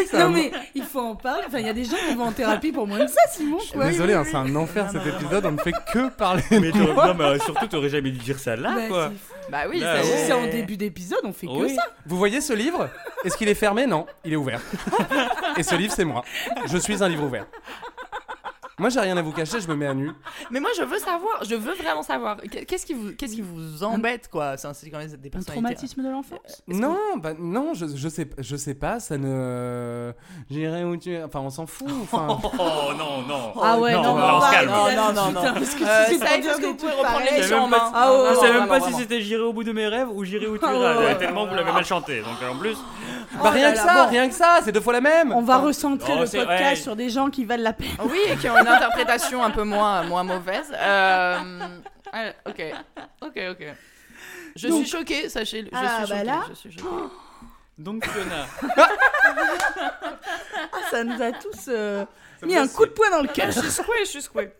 S6: c'est un
S4: Non,
S6: mot-
S4: mais il faut en parler. Enfin, il y a des gens qui vont en thérapie pour moins que ça, Simon.
S6: Je suis
S4: Quoi.
S6: Désolé, hein, c'est un enfer cet épisode. On ne fait que parler.
S3: mais
S6: de moi.
S3: non, mais surtout, t'aurais jamais dû dire ça là,
S4: Bah,
S3: quoi.
S4: c'est fou.
S5: Bah oui,
S3: Là,
S5: ça-
S3: ouais.
S4: C'est en début d'épisode, on fait que
S3: Oui.
S4: ça.
S6: Vous voyez ce livre Est-ce qu'il est fermé Non, il est ouvert. Et ce livre, c'est moi. Je suis un livre ouvert. Moi, j'ai rien à vous cacher, je me mets à nu.
S5: Mais moi, je veux savoir, je veux vraiment savoir. Qu'est-ce qui vous, qu'est-ce qui vous embête, quoi Ça, C'est quand même des
S4: Un
S5: personnalités.
S4: traumatisme de l'enfance
S6: Non, bah non, je, je sais, je sais pas, ça ne. J'irai où tu. es. Enfin, on s'en fout. Enfin,
S3: Oh non, non.
S4: Ah ouais,
S3: non,
S4: non,
S3: on se
S4: non, bah,
S3: calme.
S5: Non, non, non, non.
S4: Putain, parce que
S5: Euh,
S4: si c'est
S5: ça
S4: pour
S5: y est,
S4: dire
S5: parce que
S4: des
S5: vous pouvez
S4: trucs
S5: reprendre les hein.
S4: pareils.
S3: Je
S5: choses en
S3: savais même
S5: main.
S3: pas-
S4: Ah ouais,
S3: Je
S4: ouais,
S3: savais même
S5: vraiment,
S3: pas si
S5: vraiment.
S3: c'était J'irai au Ah, bout de mes rêves ou J'irai où tu
S4: Ah ouais,
S3: iras.
S4: ouais,
S3: Tellement vous l'avez mal chanté. Donc en plus,
S6: bah, rien
S4: Oh là
S6: que
S4: là,
S6: ça,
S4: bon.
S6: rien que ça, c'est deux fois la même.
S4: On va recentrer
S5: Oh,
S3: Non,
S4: le
S3: c'est-
S4: podcast
S3: ouais.
S4: sur des gens qui valent la peine.
S5: Oui, et qui ont une interprétation un peu moins, moins mauvaise. Euh, ah, ok, ok, ok. Je
S4: Donc-
S5: suis choquée, sachez-le. Je,
S4: Ah,
S5: suis
S4: bah
S5: choquée,
S4: là.
S5: je suis choquée.
S3: donc Fiona.
S4: Ah, ça nous a tous euh, mis un coup de poing dans le cœur.
S5: Je suis secouée, je suis secouée.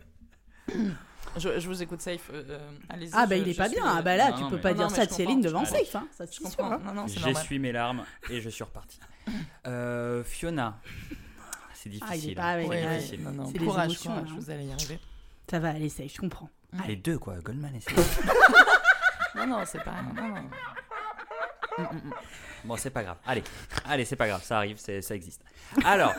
S5: Je, je vous écoute, safe. euh, euh, Allez-y.
S4: Ah, bah
S5: je-
S4: il est
S5: je
S4: pas
S5: suis-
S4: bien. Ah, bah là,
S3: Non,
S4: tu
S3: non,
S4: peux
S3: mais-
S4: pas
S5: Non,
S4: dire
S5: non,
S4: ça
S5: mais
S4: de
S5: je
S4: Céline
S5: comprends.
S4: devant
S5: Allez.
S4: Safe. hein, Ça, c'est
S5: Je
S4: sûr,
S5: comprends.
S4: hein.
S5: Non, non, c'est normal.
S3: J'essuie mes larmes et je suis reparti. Euh, Fiona. C'est difficile.
S4: Ah, il est pas avec-
S5: Ouais,
S3: C'est
S5: ouais,
S3: difficile.
S5: non, non,
S4: C'est les
S5: courage,
S4: émotions,
S5: courage,
S4: là, hein.
S5: vous allez y arriver.
S4: Ça va, allez, Safe, je comprends.
S3: Ah, les deux, quoi. Goldman et Céline.
S5: Non, non, c'est pas. Non, non.
S3: Bon, c'est pas grave. Allez, allez, c'est pas grave. Ça arrive, c'est- ça existe. Alors,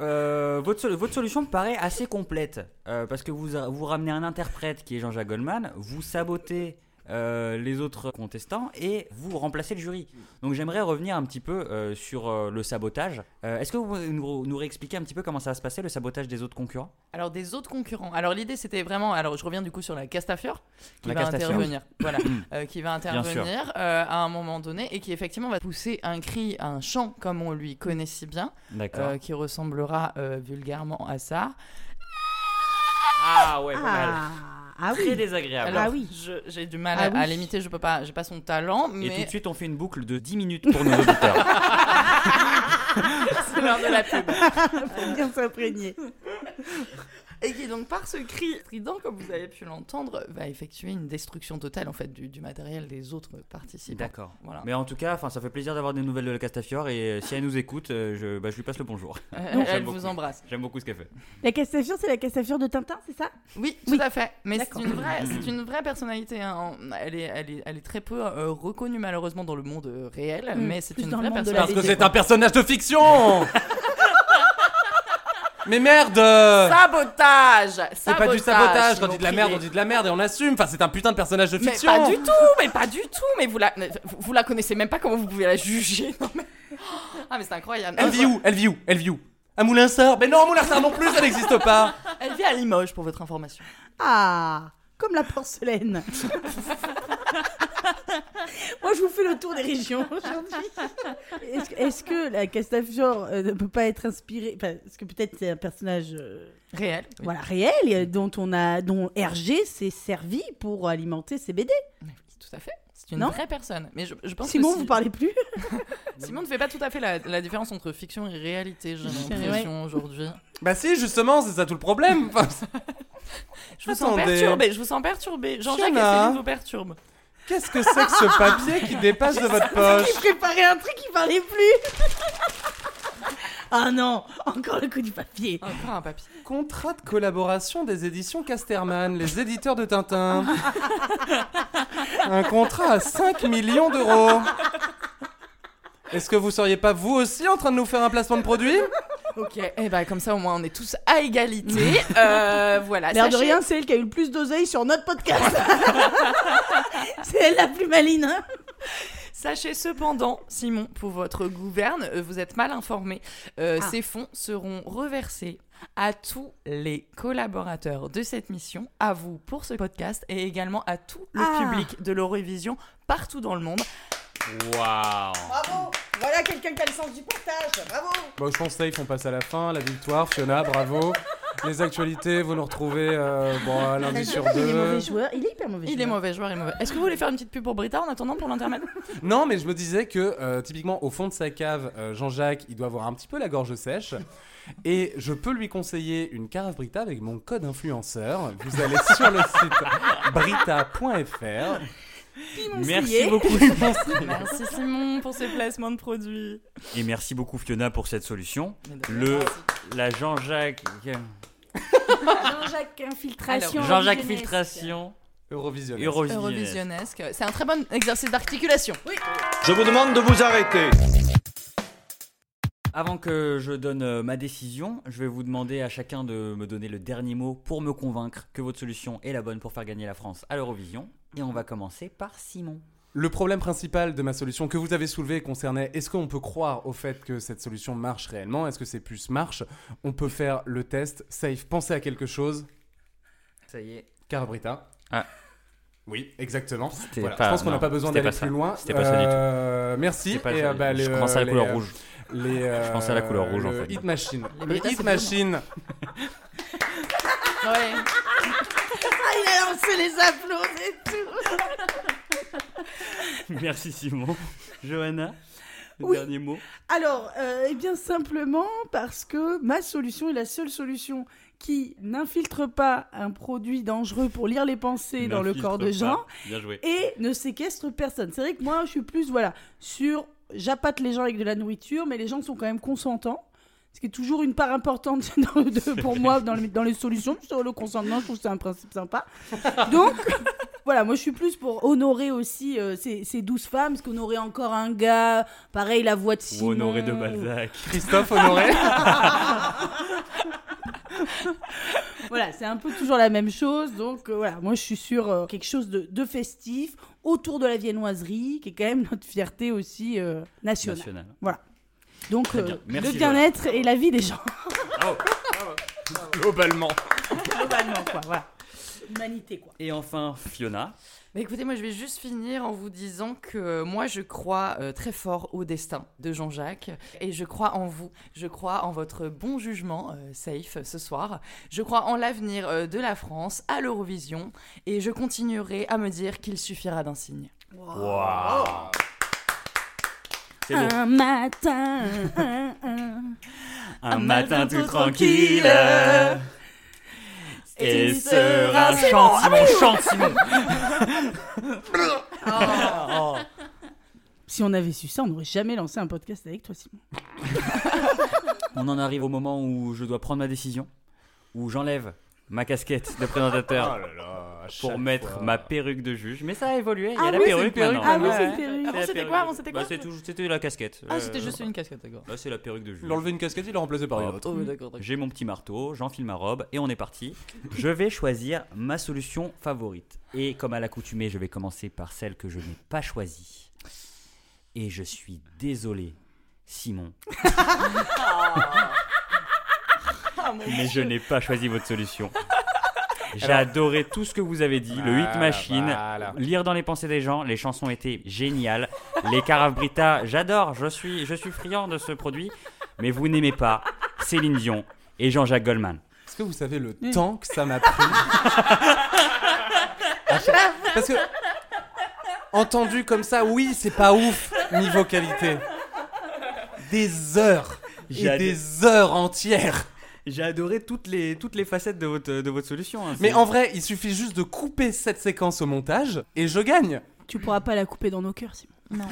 S3: euh, votre, sol- votre solution me paraît assez complète euh, parce que vous vous ramenez un interprète qui est Jean-Jacques Goldman, vous sabotez. euh, les autres contestants et vous remplacez le jury. Donc j'aimerais revenir un petit peu euh, sur euh, le sabotage. Euh, Est-ce que vous pouvez nous, nous réexpliquer un petit peu comment ça va se passer, le sabotage des autres concurrents
S5: Alors des autres concurrents. Alors l'idée c'était vraiment. Alors je reviens du coup sur la Castafiore qui
S3: La
S5: va
S3: Castafiore.
S5: intervenir. Voilà, Euh, qui va
S3: sûr.
S5: intervenir euh, à un moment donné et qui effectivement va pousser un cri, un chant comme on lui connaît si bien,
S3: D'accord.
S5: euh, qui ressemblera euh, vulgairement à ça.
S3: Ah ouais, pas mal.
S4: Ah, ah
S3: Très
S4: oui.
S3: désagréable.
S5: Alors,
S4: Ah oui.
S5: je- J'ai du mal
S4: Ah
S5: à, à
S4: oui.
S5: l'imiter. Je peux pas. J'ai pas son talent,
S3: Et tout
S5: mais
S3: de suite, on fait une boucle de 10 minutes pour nos auditeurs.
S5: c'est l'heure de la pub.
S4: Faut bien s'imprégner.
S5: Et qui donc par ce cri strident, comme vous avez pu l'entendre, va effectuer une destruction totale en fait du, du matériel des autres participants.
S3: D'accord.
S5: Voilà.
S3: Ah. Mais en tout cas, enfin, ça fait plaisir d'avoir des nouvelles de la Castafiore et euh, si elle nous écoute, euh, je, bah, je lui passe le bonjour.
S5: Euh,
S3: Non,
S5: elle
S3: j'aime
S5: vous
S3: beaucoup.
S5: embrasse.
S3: J'aime beaucoup ce qu'elle fait.
S4: La Castafiore, c'est la Castafiore de Tintin, c'est ça
S5: Oui, tout
S4: Oui.
S5: à fait. Mais c'est
S4: D'accord.
S5: une vraie, c'est une vraie personnalité. hein. Elle est, elle est, elle est très peu euh, reconnue malheureusement dans le monde euh, réel,
S4: Mm,
S5: mais c'est
S4: plus
S5: une
S4: dans le
S5: vraie
S4: monde de la
S5: personnalité.
S4: Allez,
S6: Parce que c'est
S4: dis-moi.
S6: un personnage de fiction Mais merde
S5: Sabotage
S6: C'est pas du sabotage,
S5: ils
S6: quand on
S5: m'ont
S6: dit de la
S5: crié.
S6: merde, on dit de la merde et on assume. Enfin, c'est un putain de personnage de
S5: Mais
S6: fiction
S5: pas du tout, mais pas du tout, mais vous la, mais vous, vous la connaissez même pas, comment vous pouvez la juger Non, mais- Ah mais c'est incroyable.
S6: Elle vit où Elle vit où Elle vit où À Moulin-Sœur Mais non, Moulin-Sœur non plus, ça n'existe pas
S5: Elle vit à Limoges pour votre information.
S4: Ah, comme la porcelaine. Moi, Moi, je vous fais le tour des régions aujourd'hui. Est-ce que- est-ce que la Castafiore euh, ne peut pas être inspirée enfin, Parce que peut-être c'est un personnage euh,
S5: Réel.
S4: voilà, réel euh, dont, on a, dont Hergé s'est servi pour alimenter ses BD.
S5: Oui, tout à fait. C'est une
S4: Non
S5: vraie personne. Mais je, je pense
S4: Simon,
S5: que si-
S4: vous parlez plus
S5: Simon ne fait pas tout à fait la, la différence entre fiction et réalité, j'ai l'impression aujourd'hui.
S6: Bah si, justement, c'est ça tout le problème. Enfin,
S5: Je vous sens
S6: Attendez.
S5: perturbé, je vous sens perturbé. Jean-Jacques et
S6: Fiona.
S5: Céline vous perturbent.
S6: Qu'est-ce que c'est que ce papier qui dépasse de votre
S4: Il
S6: poche
S4: préparait un truc, il parlait plus Ah non Encore le coup du papier
S5: Encore Ah, un papier.
S6: Contrat de collaboration des éditions Casterman, les éditeurs de Tintin. Un contrat à 5 millions d'euros. Est-ce que vous seriez pas vous aussi en train de nous faire un placement de produit
S5: Ok, et bah comme ça au moins on est tous à égalité. Euh, voilà.
S4: L'air de
S5: sachez-
S4: rien, c'est elle qui a eu le plus d'oseille sur notre podcast C'est elle la plus maline hein.
S5: Sachez cependant, Simon, pour votre gouverne, euh, vous êtes mal informé.
S4: Ah.
S5: Euh, Ces fonds seront reversés à tous les collaborateurs de cette mission, à vous pour ce podcast et également à tout le
S4: Ah.
S5: public de l'Eurovision partout dans le monde.
S3: Waouh
S1: Bravo Voilà quelqu'un qui a le sens du partage Bravo
S6: Bon, je pense que ça, ils font passer à la fin. La victoire, Fiona, bravo. Les actualités, vous nous retrouvez euh, bon, à lundi sur
S4: Il est mauvais
S6: deux.
S4: joueur, il est hyper mauvais
S5: Il est
S4: joueur.
S5: mauvais joueur, il est mauvais. Est-ce que vous voulez faire une petite pub pour Brita en attendant pour l'intermède
S6: Non, mais je me disais que euh, typiquement au fond de sa cave, euh, Jean-Jacques, il doit avoir un petit peu la gorge sèche. Et je peux lui conseiller une carafe Brita avec mon code influenceur. Vous allez sur le site brita.fr.
S3: Merci beaucoup.
S5: Merci Simon pour ces placements de produits.
S3: Et merci beaucoup Fiona pour cette solution. Le la Eh ben, Jean-Jacques
S1: Jean-Jacques Infiltration.
S3: Jean-Jacques filtration
S6: Eurovision.
S3: Eurovision.
S5: Eurovisionnesque. C'est un très bon exercice d'articulation.
S10: Je vous demande de vous arrêter.
S3: Avant que je donne euh, ma décision, je vais vous demander à chacun de me donner le dernier mot pour me convaincre que votre solution est la bonne pour faire gagner la France à l'Eurovision. Et on va commencer par Simon.
S6: Le problème principal de ma solution que vous avez soulevé concernait est-ce qu'on peut croire au fait que cette solution marche réellement Est-ce que ces puces marchent On peut faire le test safe. Pensez à quelque chose.
S3: Ça y est.
S6: Cara Brita.
S3: Ah.
S6: Oui, exactement.
S3: C'était
S6: Voilà,
S3: pas-
S6: je pense qu'on n'a
S3: non,
S6: pas besoin
S3: c'était
S6: d'aller
S3: pas ça.
S6: plus loin.
S3: C'était pas ça du tout.
S6: Euh, Merci.
S3: C'est pas
S6: Et,
S3: ça.
S6: euh, bah,
S3: je
S6: les,
S3: commence à la
S6: les,
S3: couleur
S6: euh,
S3: rouge.
S6: les, euh,
S3: pensais à la couleur rouge, en
S6: le
S3: fait.
S6: Hit Machine. Le
S5: Brita,
S6: Hit
S5: c'est
S6: Machine.
S5: Ouais.
S4: Ah, il a lancé les applaudissements et tout
S3: Merci Simon. Johanna, le
S4: Oui.
S3: dernier mot.
S4: Alors, euh, eh bien simplement parce que ma solution est la seule solution qui n'infiltre pas un produit dangereux pour lire les pensées dans le corps de gens.
S3: Jean. Bien joué.
S4: et ne séquestre personne. C'est vrai que moi, je suis plus, voilà, sur j'appâte les gens avec de la nourriture, mais les gens sont quand même consentants. Ce qui est toujours une part importante dans- de- pour moi dans, les- dans les solutions. Sur le consentement, je trouve que c'est un principe sympa. Donc, voilà, moi je suis plus pour honorer aussi euh, ces, ces douze femmes, parce qu'on aurait encore un gars, pareil, la voix de
S3: Ou
S4: Simon.
S3: honoré de Balzac.
S6: Christophe Honoré.
S3: Oh
S4: Voilà, c'est un peu toujours la même chose. Donc euh, voilà, moi je suis sur euh, quelque chose de, de festif, autour de la viennoiserie, qui est quand même notre fierté aussi euh, nationale.
S3: National.
S4: Donc,
S3: Très bien.
S4: euh,
S3: Merci,
S4: le bien-être et la vie des gens.
S6: Globalement.
S4: Globalement, quoi, voilà. Humanité, quoi.
S3: Et enfin Fiona.
S5: Bah, écoutez, moi je vais juste finir en vous disant que euh, moi je crois euh, très fort au destin de Jean-Jacques et je crois en vous, je crois en votre bon jugement euh, safe ce soir, je crois en l'avenir euh, de la France à l'Eurovision et je continuerai à me dire qu'il suffira d'un signe.
S3: Waouh. C'est beau.
S4: Un matin, un, un.
S3: Un matin tout tranquille. Et sera chant Simon, chante Simon. Oh.
S4: Si on avait su ça, on n'aurait jamais lancé un podcast avec toi, Simon.
S3: On en arrive au moment où je dois prendre ma décision, où j'enlève ma casquette de
S6: Ah,
S3: présentateur pour mettre ma perruque de juge. Mais ça a évolué, il y a
S4: Ah
S3: la
S4: oui,
S3: perruque
S4: c'est une
S3: maintenant.
S4: perruque. Ah oui,
S3: Ouais.
S4: c'est une perruque.
S3: C'est
S5: Avant,
S3: la
S5: c'était
S3: perruque
S5: quoi
S3: de-
S5: Avant, c'était
S3: Bah,
S5: quoi
S3: c'est toujours- C'était la casquette.
S5: Ah,
S3: Euh,
S5: c'était juste une casquette, d'accord.
S3: Là, c'est la perruque de juge.
S6: L'enlever une casquette, il l'a remplacé par une autre.
S5: Oh, d'accord,
S3: J'ai mon petit marteau, j'enfile ma robe et on est parti. Je vais choisir ma solution favorite. Et comme à l'accoutumée, je vais commencer par celle que je n'ai pas choisie. Et je suis désolé, Simon.
S5: Ah,
S3: Mais je n'ai pas choisi votre solution. J'ai adoré tout ce que vous avez dit, le Hit Machine, lire dans les pensées des gens, les chansons étaient géniales. les Carafe Brita, j'adore, je suis, je suis friand de ce produit, mais vous n'aimez pas Céline Dion et Jean-Jacques Goldman.
S6: Est-ce que vous savez le temps que ça m'a pris À chaque- Parce que entendu comme ça, oui, c'est pas ouf niveau qualité. Des heures
S3: J'ai
S6: et
S3: adoré.
S6: des heures entières.
S3: J'ai adoré toutes les, toutes les facettes de votre, de votre solution. hein,
S6: Mais
S3: c'est-
S6: en vrai, il suffit juste de couper cette séquence au montage et je gagne.
S4: Tu pourras pas la couper dans nos cœurs, Simon.
S5: Non.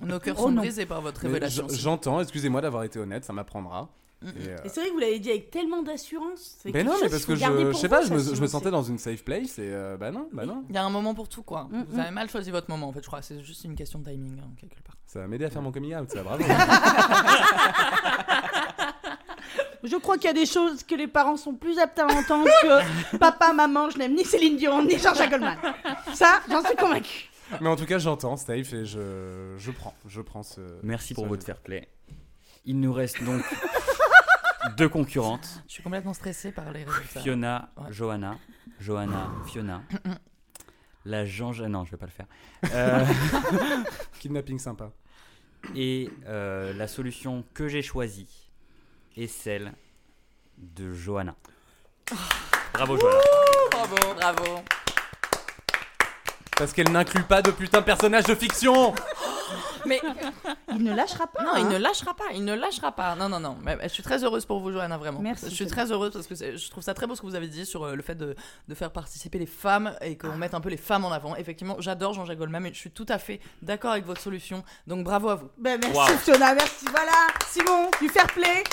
S5: Nos cœurs
S4: Oh
S5: sont
S4: non.
S5: brisés par votre
S6: Mais
S5: révélation.
S6: j- J'entends, excusez-moi d'avoir été honnête, ça m'apprendra.
S5: Mm.
S6: Et, euh,
S4: Et c'est vrai que vous l'avez dit avec tellement d'assurance.
S6: Ben non, mais parce que je, je sais pas, je me, je me sentais dans une safe place et euh, bah non, bah non.
S5: Il y a un moment pour tout, quoi.
S4: Mm,
S5: Vous
S4: mm.
S5: avez mal choisi votre moment, en fait, je crois. C'est juste une question de timing, hein, quelque part.
S6: Ça va m'aider à faire
S5: Mm.
S6: mon coming out, ça, bravo.
S4: Je crois qu'il y a des choses que les parents sont plus aptes à entendre que papa, maman, je n'aime ni Céline Dion ni Jean-Jacques Goldman. Ça, j'en suis convaincue.
S6: mais en tout cas, j'entends safe et je, je prends, je prends ce.
S3: Merci pour
S6: ce-
S3: votre fair play. Il nous reste donc deux concurrentes,
S5: Je suis complètement stressée par les résultats.
S3: Fiona,
S5: Ouais.
S3: Johanna, Johanna, Fiona. La Jean... ah Non, je vais pas le faire. Euh,
S6: Kidnapping sympa.
S3: Et euh, la solution que j'ai choisie est celle de Johanna.
S6: Ah.
S3: Bravo Johanna.
S5: Bravo, bravo.
S6: Parce qu'elle n'inclut pas de putain de personnage de fiction
S5: Mais
S4: Il ne lâchera pas.
S5: non,
S4: hein.
S5: il ne lâchera pas, il ne lâchera pas. Non, non, non. Mais, mais je suis très heureuse pour vous, Johanna, vraiment.
S4: Merci,
S5: Je suis
S4: c'est
S5: très heureuse parce que c'est- je trouve ça très beau ce que vous avez dit sur euh, le fait de, de faire participer les femmes et qu'on mette un peu les femmes en avant. Effectivement, j'adore Jean-Jacques Goldman, mais je suis tout à fait d'accord avec votre solution. Donc bravo à vous.
S4: Ben, merci
S3: Wow.
S4: Fiona, merci. Voilà, Simon, du fair play.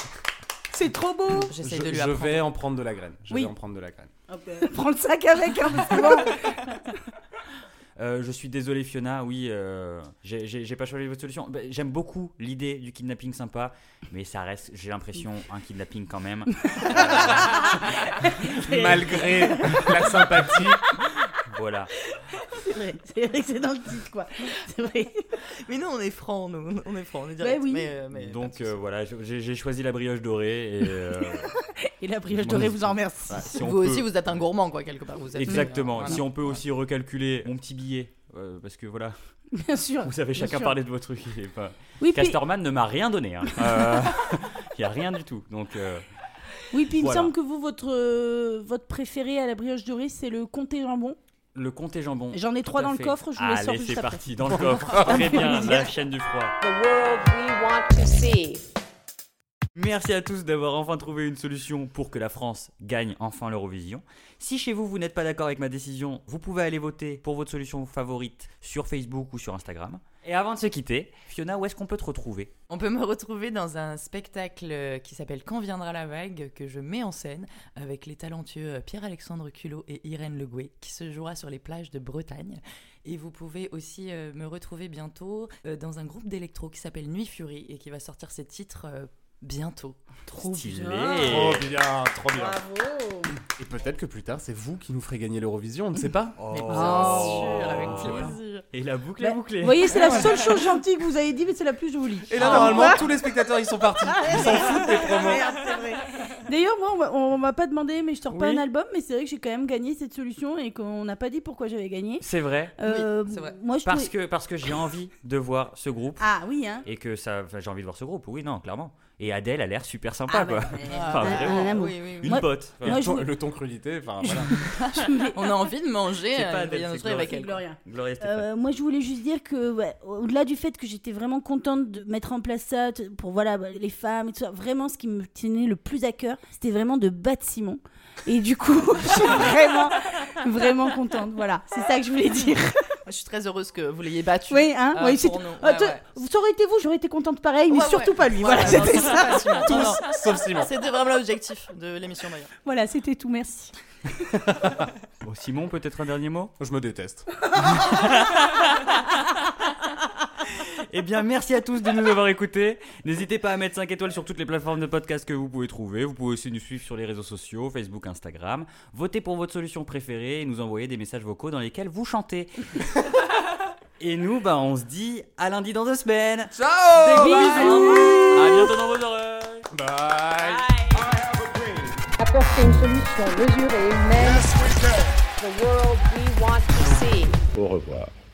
S4: C'est trop beau.
S5: J'essaie
S6: Je,
S5: de lui
S6: je
S5: apprendre.
S6: vais en prendre de la graine. Je
S4: Oui.
S6: vais en prendre de la graine.
S4: Prends le sac avec, hein, parce que bon,
S3: Euh, je suis désolé Fiona, oui, euh, j'ai- j'ai j'ai pas choisi votre solution. Bah, J'aime beaucoup l'idée du kidnapping sympa, mais ça reste, j'ai l'impression, un kidnapping quand même.
S5: Euh,
S6: Malgré la sympathie.
S3: Voilà.
S4: c'est vrai. C'est vrai que c'est dans le titre, quoi. C'est vrai.
S5: Mais nous, on est francs, nous. On est francs, on est direct.
S4: Bah oui.
S5: Mais, euh, mais-
S3: Donc euh, voilà, j'ai j'ai choisi la brioche dorée. Et, euh,
S4: Et la brioche dorée vous en remercie.
S3: voilà, si on
S5: vous
S3: peut-
S5: aussi, vous êtes un gourmand, quoi, quelque part. Vous êtes euh,
S3: Exactement.
S5: Voilà.
S3: Si on peut aussi recalculer mon petit billet, euh, parce que voilà,
S4: Bien sûr.
S3: vous avez
S4: bien
S3: chacun
S4: sûr.
S3: parlé de vos trucs. et pas-
S4: Oui, puis,
S3: Castorman ne m'a rien donné. hein. Il n'y a rien du tout. Donc, euh,
S4: oui, puis il
S3: Voilà.
S4: me semble que vous, votre, euh, votre préféré à la brioche dorée, c'est le comté jambon.
S3: le comté jambon.
S4: J'en ai trois
S3: Tout à
S4: dans le
S3: fait.
S4: coffre, je vous les
S3: Allez,
S4: sors juste
S3: c'est
S4: après.
S3: parti, dans le coffre. Très bien, la chaîne du froid.
S1: The world we want to see.
S3: Merci à tous d'avoir enfin trouvé une solution pour que la France gagne enfin l'Eurovision. Si chez vous, vous n'êtes pas d'accord avec ma décision, vous pouvez aller voter pour votre solution favorite sur Facebook ou sur Instagram. Et avant de se quitter, Fiona, où est-ce qu'on peut te retrouver
S5: On peut me retrouver dans un spectacle euh, qui s'appelle Quand viendra la vague, que je mets en scène avec les talentueux euh, Pierre-Alexandre Culot et Irène Legoué, qui se jouera sur les plages de Bretagne. Et vous pouvez aussi euh, me retrouver bientôt euh, dans un groupe d'électro qui s'appelle Nuit Fury et qui va sortir ses titres euh, bientôt.
S4: Trop
S3: Stylé.
S6: Oh, Trop bien, trop bien.
S4: Bravo.
S6: Et peut-être que plus tard, c'est vous qui nous ferez gagner l'Eurovision, on ne sait pas.
S5: Mais bien
S4: Oh.
S5: sûr, avec plaisir.
S3: Et la boucle
S4: Bah,
S3: est bouclée.
S4: Vous voyez, c'est la seule chose gentille que vous avez dit, mais c'est la plus jolie. Ah,
S6: Et
S5: Ah.
S6: là, normalement, tous les spectateurs, ils sont partis. Ils s'en foutent des promos.
S4: D'ailleurs, moi, on m'a- on m'a pas demandé, mais je sors pas
S3: Oui.
S4: un album, mais c'est vrai que j'ai quand même gagné cette solution et qu'on n'a pas dit pourquoi j'avais gagné.
S3: C'est vrai,
S4: Euh,
S5: c'est vrai.
S4: Moi, je
S3: parce
S4: trouvais-
S3: que, parce que j'ai envie de voir ce groupe.
S4: Ah oui, hein.
S3: Et que ça, enfin, j'ai envie de voir ce groupe, oui, non, clairement. Et Adèle a l'air super sympa,
S4: Ah,
S3: quoi.
S4: bah,
S3: Enfin,
S4: un-
S3: vraiment.
S4: un amour.
S5: euh, Oui, oui, oui.
S3: Une
S4: Moi-
S3: pote. Enfin,
S4: moi,
S6: Le
S4: je
S6: ton,
S4: voulais-
S6: le ton crudité, enfin voilà.
S5: On a envie de manger,
S3: C'est pas
S5: euh,
S3: Adèle,
S5: Yann
S3: c'est
S5: Australie avec
S3: Gloria.
S5: elle.
S4: Gloria.
S3: Gloria Estefan.
S4: Euh, moi, je voulais juste dire que, ouais, au-delà du fait que j'étais vraiment contente de mettre en place ça t- pour voilà bah, les femmes et tout ça, vraiment ce qui me tenait le plus à cœur, c'était vraiment de battre Simon. Et du coup, je suis vraiment, vraiment contente. Voilà, c'est ça que je voulais dire.
S5: Je suis très heureuse que vous l'ayez battu.
S4: Oui, hein,
S5: euh,
S4: oui, c'est-
S5: pour nous. Ouais,
S4: Ah, t-
S5: ouais.
S4: Ça aurait été vous, j'aurais été contente pareil, mais
S5: Ouais,
S4: surtout
S5: ouais.
S4: pas lui.
S5: Ouais,
S4: Voilà,
S5: ouais, non,
S4: c'était
S5: c'est
S4: ça.
S5: pas Simon. Non, non.
S6: Tous, sauf Simon.
S5: C'était vraiment l'objectif de l'émission d'ailleurs.
S4: Voilà, c'était tout, merci.
S3: Bon, Simon, peut-être un dernier mot
S6: Je me déteste.
S3: Eh bien, merci à tous de nous avoir écoutés. N'hésitez pas à mettre 5 étoiles sur toutes les plateformes de podcast que vous pouvez trouver. Vous pouvez aussi nous suivre sur les réseaux sociaux, Facebook, Instagram. Votez pour votre solution préférée et nous envoyer des messages vocaux dans lesquels vous chantez. et nous, bah, on se dit à lundi dans deux semaines. Ciao À bientôt dans vos oreilles
S6: Bye.
S1: À apporter une solution mesurée, humaine. The world we want to see.
S11: Au revoir.